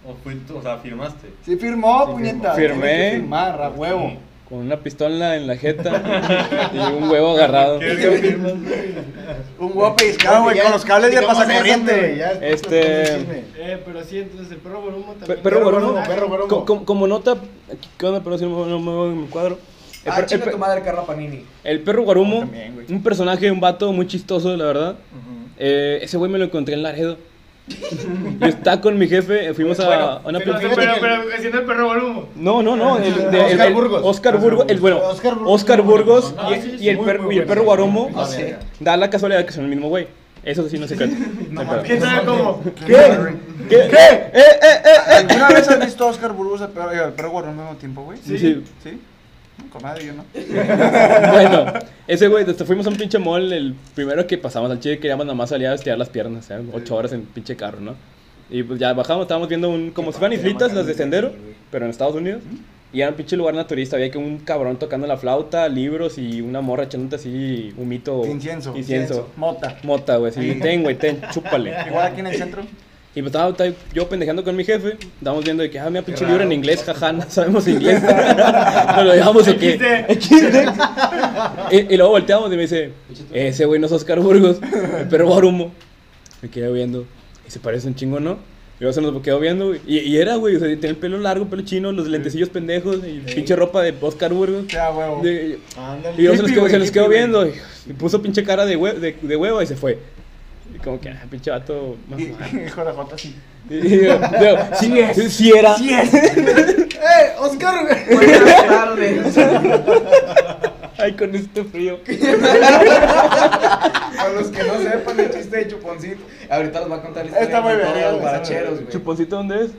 ¿O, fue tú? o sea, firmaste? Sí firmó, puñeta. Firmé. Tiene que Firmar, a huevo. Con una pistola en la jeta y un huevo agarrado. ¿Qué verga firmas? Un huevo pellizcado, güey, con los cables de pasacorriente, güey. Ya, Este- es chisme. Eh, pero sí, entonces el perro guarumo Pe- también. Perro Guarumo, Guarumo, perro Guarumo. co- co- como nota, ¿qué onda? Pero si no, me- no me veo en mi cuadro. El, Ah, per- el chinga per- tu madre, Carla Panini. el perro Guarumo, También, güey. un personaje, un vato muy chistoso, la verdad. Ujú. Eh, ese güey me lo encontré en Laredo. Yo estaba con mi jefe, eh, fuimos a a una Pero, pizzería. pero, pero, pero haciendo el perro guarumo. No, no, no. El, de- el- Oscar el- Burgos. Oscar Burgos. El, bueno, Oscar Oscar Burgos. Burgos, Ah, y, sí, y el muy, perro, muy y el bueno. perro Guaromo. Ah, sí. Da la casualidad que son el mismo güey. Eso sí, no es secreto. No hay pedo. ¿Quién sabe cómo? ¿Qué? ¿Qué? ¿Eh, eh, eh, eh? ¿Alguna vez has visto a Oscar Burgos al perro, al perro guarón al mismo tiempo, güey? Sí. ¿Sí? Comadre, yo no. Bueno, ese güey, desde fuimos a un pinche mall, el primero que pasamos al chile, queríamos nada más salir a estirar las piernas, o sea, ocho horas en pinche carro, ¿no? Y pues ya bajamos, estábamos viendo un, como si fueran islitas, las de sendero, pero en Estados Unidos. Y era un pinche lugar naturista, había que un cabrón tocando la flauta, libros y una morra echándote así un mito. Incienso. Oh. Incienso. Mota. Mota, güey, así, ten, güey, ten, chúpale. Igual aquí en el centro. Y pues estaba, estaba yo pendejeando con mi jefe, estábamos viendo de que, ah, mira, pinche libro en inglés, jaja, no sabemos inglés. Nos lo llevamos de que. XD. y, y luego volteamos y me dice, ese güey no es Oscar Burgos, el perro Guarumo. Me quedé viendo, y se parece un chingo, ¿no? Y luego se nos quedó viendo, güey. Y, y era, güey, o sea, tenía el pelo largo, pelo chino, los lentecillos pendejos, y pinche ropa de Oscar Burgos. Ya, huevo. De- Ándale. y yo se los Hippie, quedo, güey, se los hippie, quedo güey. viendo y, y puso pinche cara de, hue- de, de hueva y se fue. Y como que, ah, pinche vato. no Y- mames. y Hijo de la jota, sí. Y- y yo, yo, sí, sí era. ¡Eh, Oscar! Buenas tardes. Ay, con este frío. Para los que no sepan el chiste de Chuponcito, ahorita los va a contar la historia Está muy de todos verga, los güey, está baracheros, muy güey. ¿Chuponcito dónde es?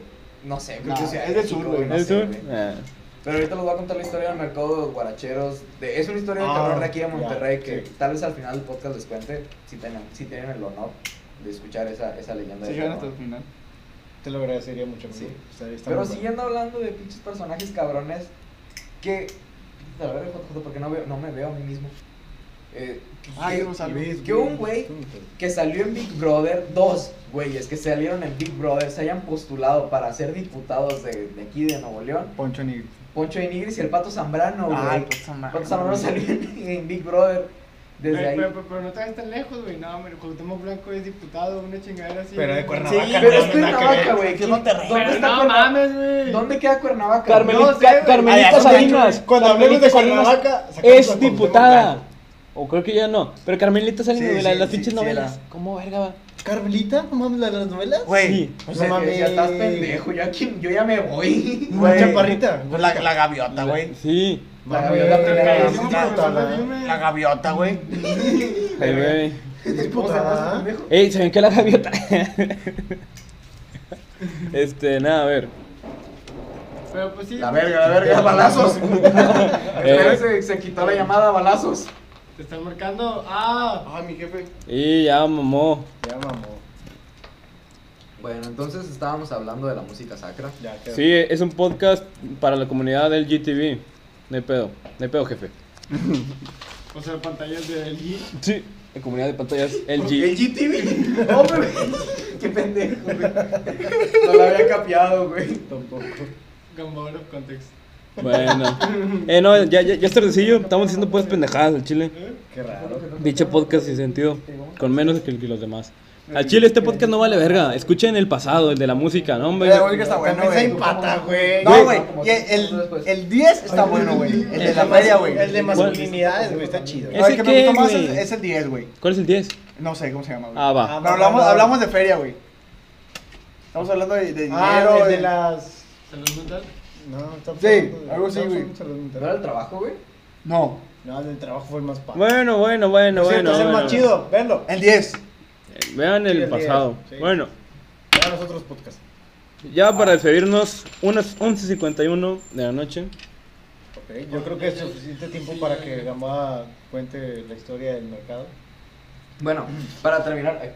No sé, creo que No, sea es del de sur, México, güey, güey. no ¿Es sé, sur? güey. Ah. Pero ahorita les voy a contar la historia del mercado de los guaracheros. de- es una historia de Ah, cabrón de aquí de Monterrey ya, que sí. tal vez al final del podcast les cuente si tienen, si tienen el honor de escuchar esa, esa leyenda. Se de llegan hasta terror. el final. Te lo agradecería mucho, Sí. amigo. O sea, está Pero muy bueno. siguiendo hablando de pinches personajes cabrones que. A ver, JJ, porque no, veo, no me veo a mí mismo. Eh, Ah, que- yo no sabía. que un güey que salió en Big Brother, dos güeyes que salieron en Big Brother se hayan postulado para ser diputados de, de aquí de Nuevo León. Poncho Nigris. Poncho de Nigris y el Pato Zambrano, güey. Ay, Pato pues, Zambrano, salió en, en Big Brother desde Pero, ahí. pero- pero no te vayas tan lejos, güey. No, hombre, Cuauhtémoc Blanco es diputado, una chingadera así. Pero de güey. Cuernavaca, Sí, no, Pero es nada que Cuernavaca, ver. güey. ¿quién- ¿Dónde, Pero está no Cuernavaca? mames, güey. ¿Dónde queda Cuernavaca? Carmeli- No sé, Ca- güey. Carmelita Ah, ya, Salinas. Cuando hablemos Carmelita de Salinas Cuernavaca, sacamos a Es Cuauhtémoc diputada. Blanco. O creo que ya no. Pero Carmelita Salinas Sí, de la- sí, las sí, pinches sí novelas. era. ¿Cómo verga va? ¿Carmelita? ¿No mames la de las novelas? Güey. Sí. No O sea, que mames. ya estás pendejo, yo, aquí, yo ya me voy. Una chaparrita. Pues la, la gaviota, güey. Sí. La Mames, gaviota Pero primera. que decimos, puta, profesor, la- dime. La gaviota, güey. Ay, güey. Es ¿Cómo se llama ese diputada. pendejo? Ey, ¿saben qué la gaviota? este, nada, a ver. Pero pues sí. La verga, la verga, balazos. Eh. Espera, se, se quitó la llamada a balazos. Te están marcando. Ah, Ah, mi jefe. Y ya mamó. Ya mamó. Bueno, entonces estábamos hablando de la música sacra. Ya quedó. Sí, es un podcast para la comunidad del GTV. No hay pedo. No hay pedo, jefe. o sea, pantallas de LG. Sí. en comunidad de pantallas El LG. GTV. Hombre, güey. Qué pendejo, güey. No lo había capeado, güey. Tampoco. Gumbo out of context. Bueno. Eh, no, ya, ya, ya es tardecillo. Estamos diciendo pues pendejadas al chile. Qué raro. Dicho podcast sin sentido. Con menos que, que los demás. Al chile este podcast no vale verga. Escuchen el pasado, el de la música, ¿no, hombre? La música Eh, está bueno, También se güey. empata, güey. No, güey. y El, el 10 está bueno, güey. El de la media, güey. El de No, masculinidades, güey, está chido. Ah, ¿Ese El que me qué, gustó más güey? es, es el 10, güey. ¿Cuál es el 10? No sé cómo se llama, güey. Ah, va. Pero hablamos, hablamos de feria, güey. Estamos hablando de, de Ah, dinero. el de de- las. Salud mental. No, estamos Sí, hablando de- algo así, estamos güey. hablando ¿No era el de salud mental. trabajo, güey? No, No, el del trabajo fue el más padre. Bueno, bueno, bueno, Por cierto, bueno. es el bueno. más chido, verlo. el 10. Eh, Vean Sí, el el pasado. 10, sí. Bueno, Vean los otros podcasts. ya para despedirnos, unas 11.51 de la noche. Ok, Yo creo que es suficiente tiempo para que Gamba cuente la historia del mercado. Bueno, para terminar. ay,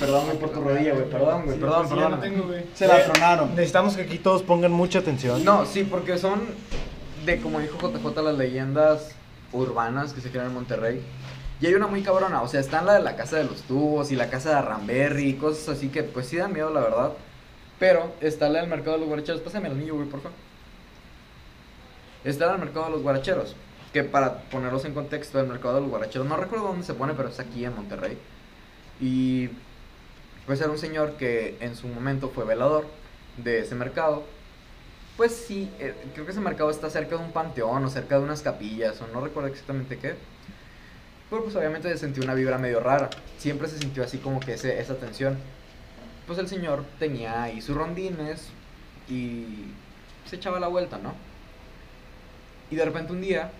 Perdón, güey, por tu rodilla, güey. Perdón, güey. Perdón, Sí, Pues ya no perdón. tengo, güey. Se la tronaron. Necesitamos que aquí todos pongan mucha atención. No, sí, porque son de, como dijo JJ, las leyendas urbanas que se crean en Monterrey. Y hay una muy cabrona, o sea, están la de la casa de los tubos y la casa de Ramberry y cosas así que pues sí dan miedo, la verdad. Pero está la del mercado de los guaracheros. Pásame el anillo, güey, por favor. Está la del mercado de los guaracheros. Que para ponerlos en contexto, el mercado de los guaracheros, no recuerdo dónde se pone, pero es aquí en Monterrey. Y pues era un señor que en su momento fue velador de ese mercado. Pues sí, eh, creo que ese mercado está cerca de un panteón o cerca de unas capillas o no recuerdo exactamente qué. Pero pues obviamente se sintió una vibra medio rara. Siempre se sintió así como que ese, esa tensión. Pues el señor tenía ahí sus rondines y se echaba la vuelta, ¿no? Y de repente un día,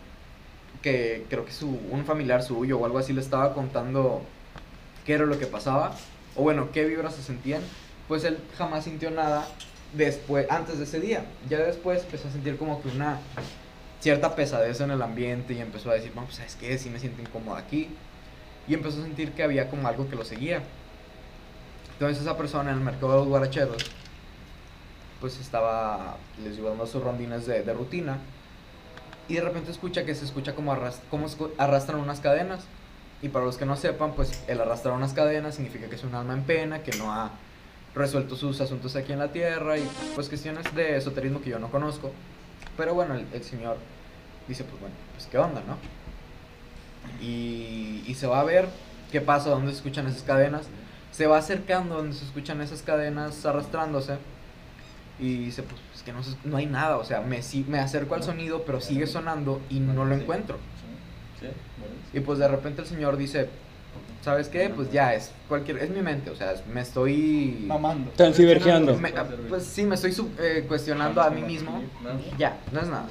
que creo que su, un familiar suyo o algo así le estaba contando qué era lo que pasaba, o bueno, qué vibras se sentían, pues él jamás sintió nada después, antes de ese día. Ya después empezó a sentir como que una cierta pesadez en el ambiente y empezó a decir, no, pues sabes qué, sí me siento incómodo aquí. Y empezó a sentir que había como algo que lo seguía. Entonces esa persona en el mercado de los guaracheros, pues estaba, les digo, dando sus rondines de, de rutina. Y de repente escucha que se escucha como, arras- como escu- arrastran unas cadenas. Y para los que no sepan, pues el arrastrar unas cadenas significa que es un alma en pena, que no ha resuelto sus asuntos aquí en la tierra y pues cuestiones de esoterismo que yo no conozco. Pero bueno, el, el señor dice, pues bueno, pues qué onda, ¿no? Y, y se va a ver qué pasa, dónde se escuchan esas cadenas. Se va acercando donde se escuchan esas cadenas arrastrándose. Y dice, pues es que no, se- no hay nada, o sea, me, si- me acerco al sonido, pero sigue sonando y no lo encuentro. Y pues de repente el señor dice, ¿sabes qué? Pues ya, es cualquier, es mi mente, o sea, es- me estoy... Mamando. Están cibergeando. me- ah, pues sí, me estoy sub- eh, cuestionando a mí mismo. Ya, no es nada.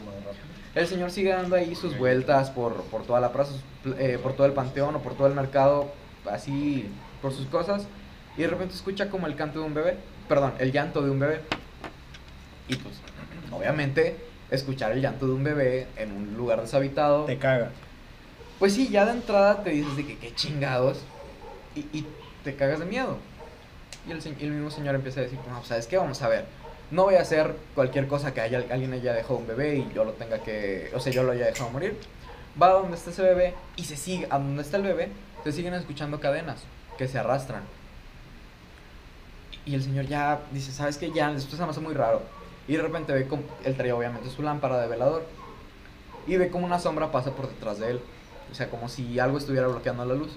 El señor sigue dando ahí sus vueltas por, por toda la plaza, sus pl- eh, por todo el panteón o por todo el mercado, así, por sus cosas. Y de repente escucha como el canto de un bebé, perdón, el llanto de un bebé. Y pues, obviamente, escuchar el llanto de un bebé en un lugar deshabitado. Te caga. Pues sí, ya de entrada te dices de que qué chingados. Y, y te cagas de miedo. Y el, se- y el mismo señor empieza a decir, no, pues, ¿sabes qué? Vamos a ver. No voy a hacer cualquier cosa que haya, alguien haya dejado un bebé y yo lo tenga que... O sea, yo lo haya dejado morir. Va a donde está ese bebé y se sigue... A donde está el bebé, se siguen escuchando cadenas que se arrastran. Y el señor ya dice, ¿sabes qué? Ya, esto se me hace muy raro. Y de repente ve como... Él traía obviamente su lámpara de velador. Y ve como una sombra pasa por detrás de él. O sea, como si algo estuviera bloqueando la luz.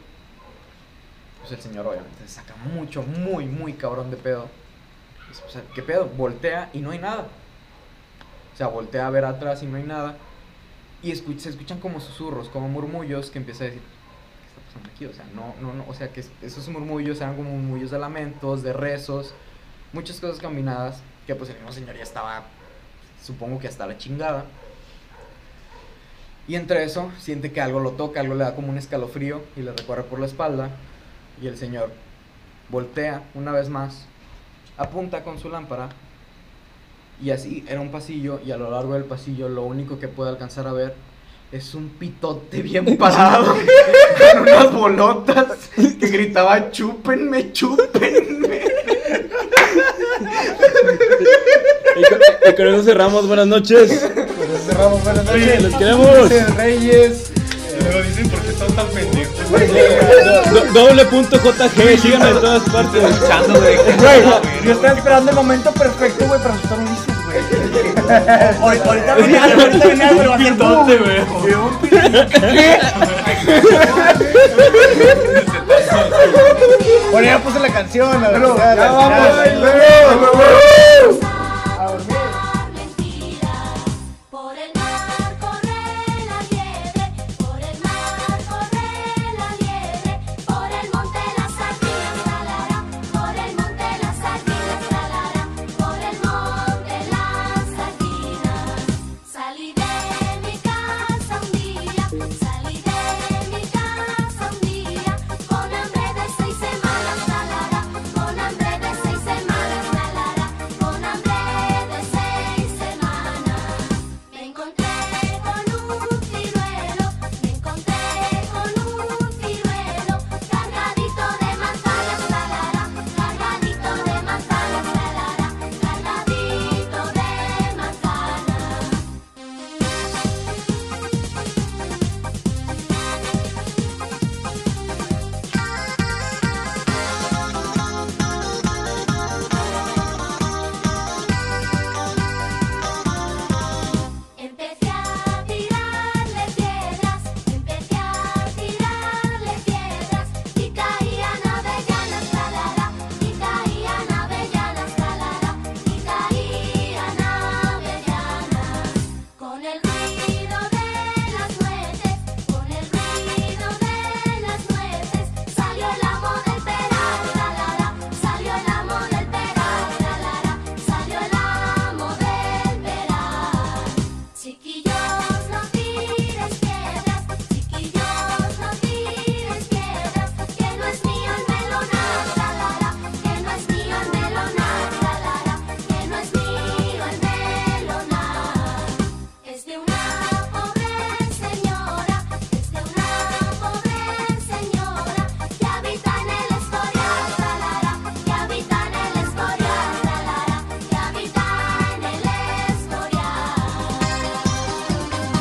Pues el señor obviamente se saca mucho, muy, muy cabrón de pedo. Dice, O sea, ¿qué pedo? Voltea y no hay nada. O sea, voltea a ver atrás y no hay nada. Y escu- se escuchan como susurros, como murmullos que empieza a decir, ¿qué está pasando aquí? O sea, no, no, no. O sea, que es- esos murmullos eran como murmullos de lamentos, de rezos, muchas cosas combinadas. Que pues el mismo señor ya estaba, supongo que hasta la chingada. Y entre eso, siente que algo lo toca, algo le da como un escalofrío y le recorre por la espalda. Y el señor voltea una vez más, apunta con su lámpara. Y así era un pasillo y a lo largo del pasillo lo único que puede alcanzar a ver es un pitote bien parado con unas bolotas que gritaba chúpenme, chúpenme. Y con, y con eso cerramos. Buenas noches. Pues cerramos, buenas noches. Los queremos. Dulces Reyes. eh, Luego dicen, ¿por qué están tan pendejos? Do- Doble punto JG, síganme en todas partes. Escuchando, güey. Güey, yo estaba esperando el momento perfecto, güey, para asustar a Ulises, güey. Ahorita- Ahorita venía, ahorita venía, pero va a ser Pintote, güey. Bueno, ya puse la canción, a ver. Pero, ya, ya vamos, ya, güey. ya.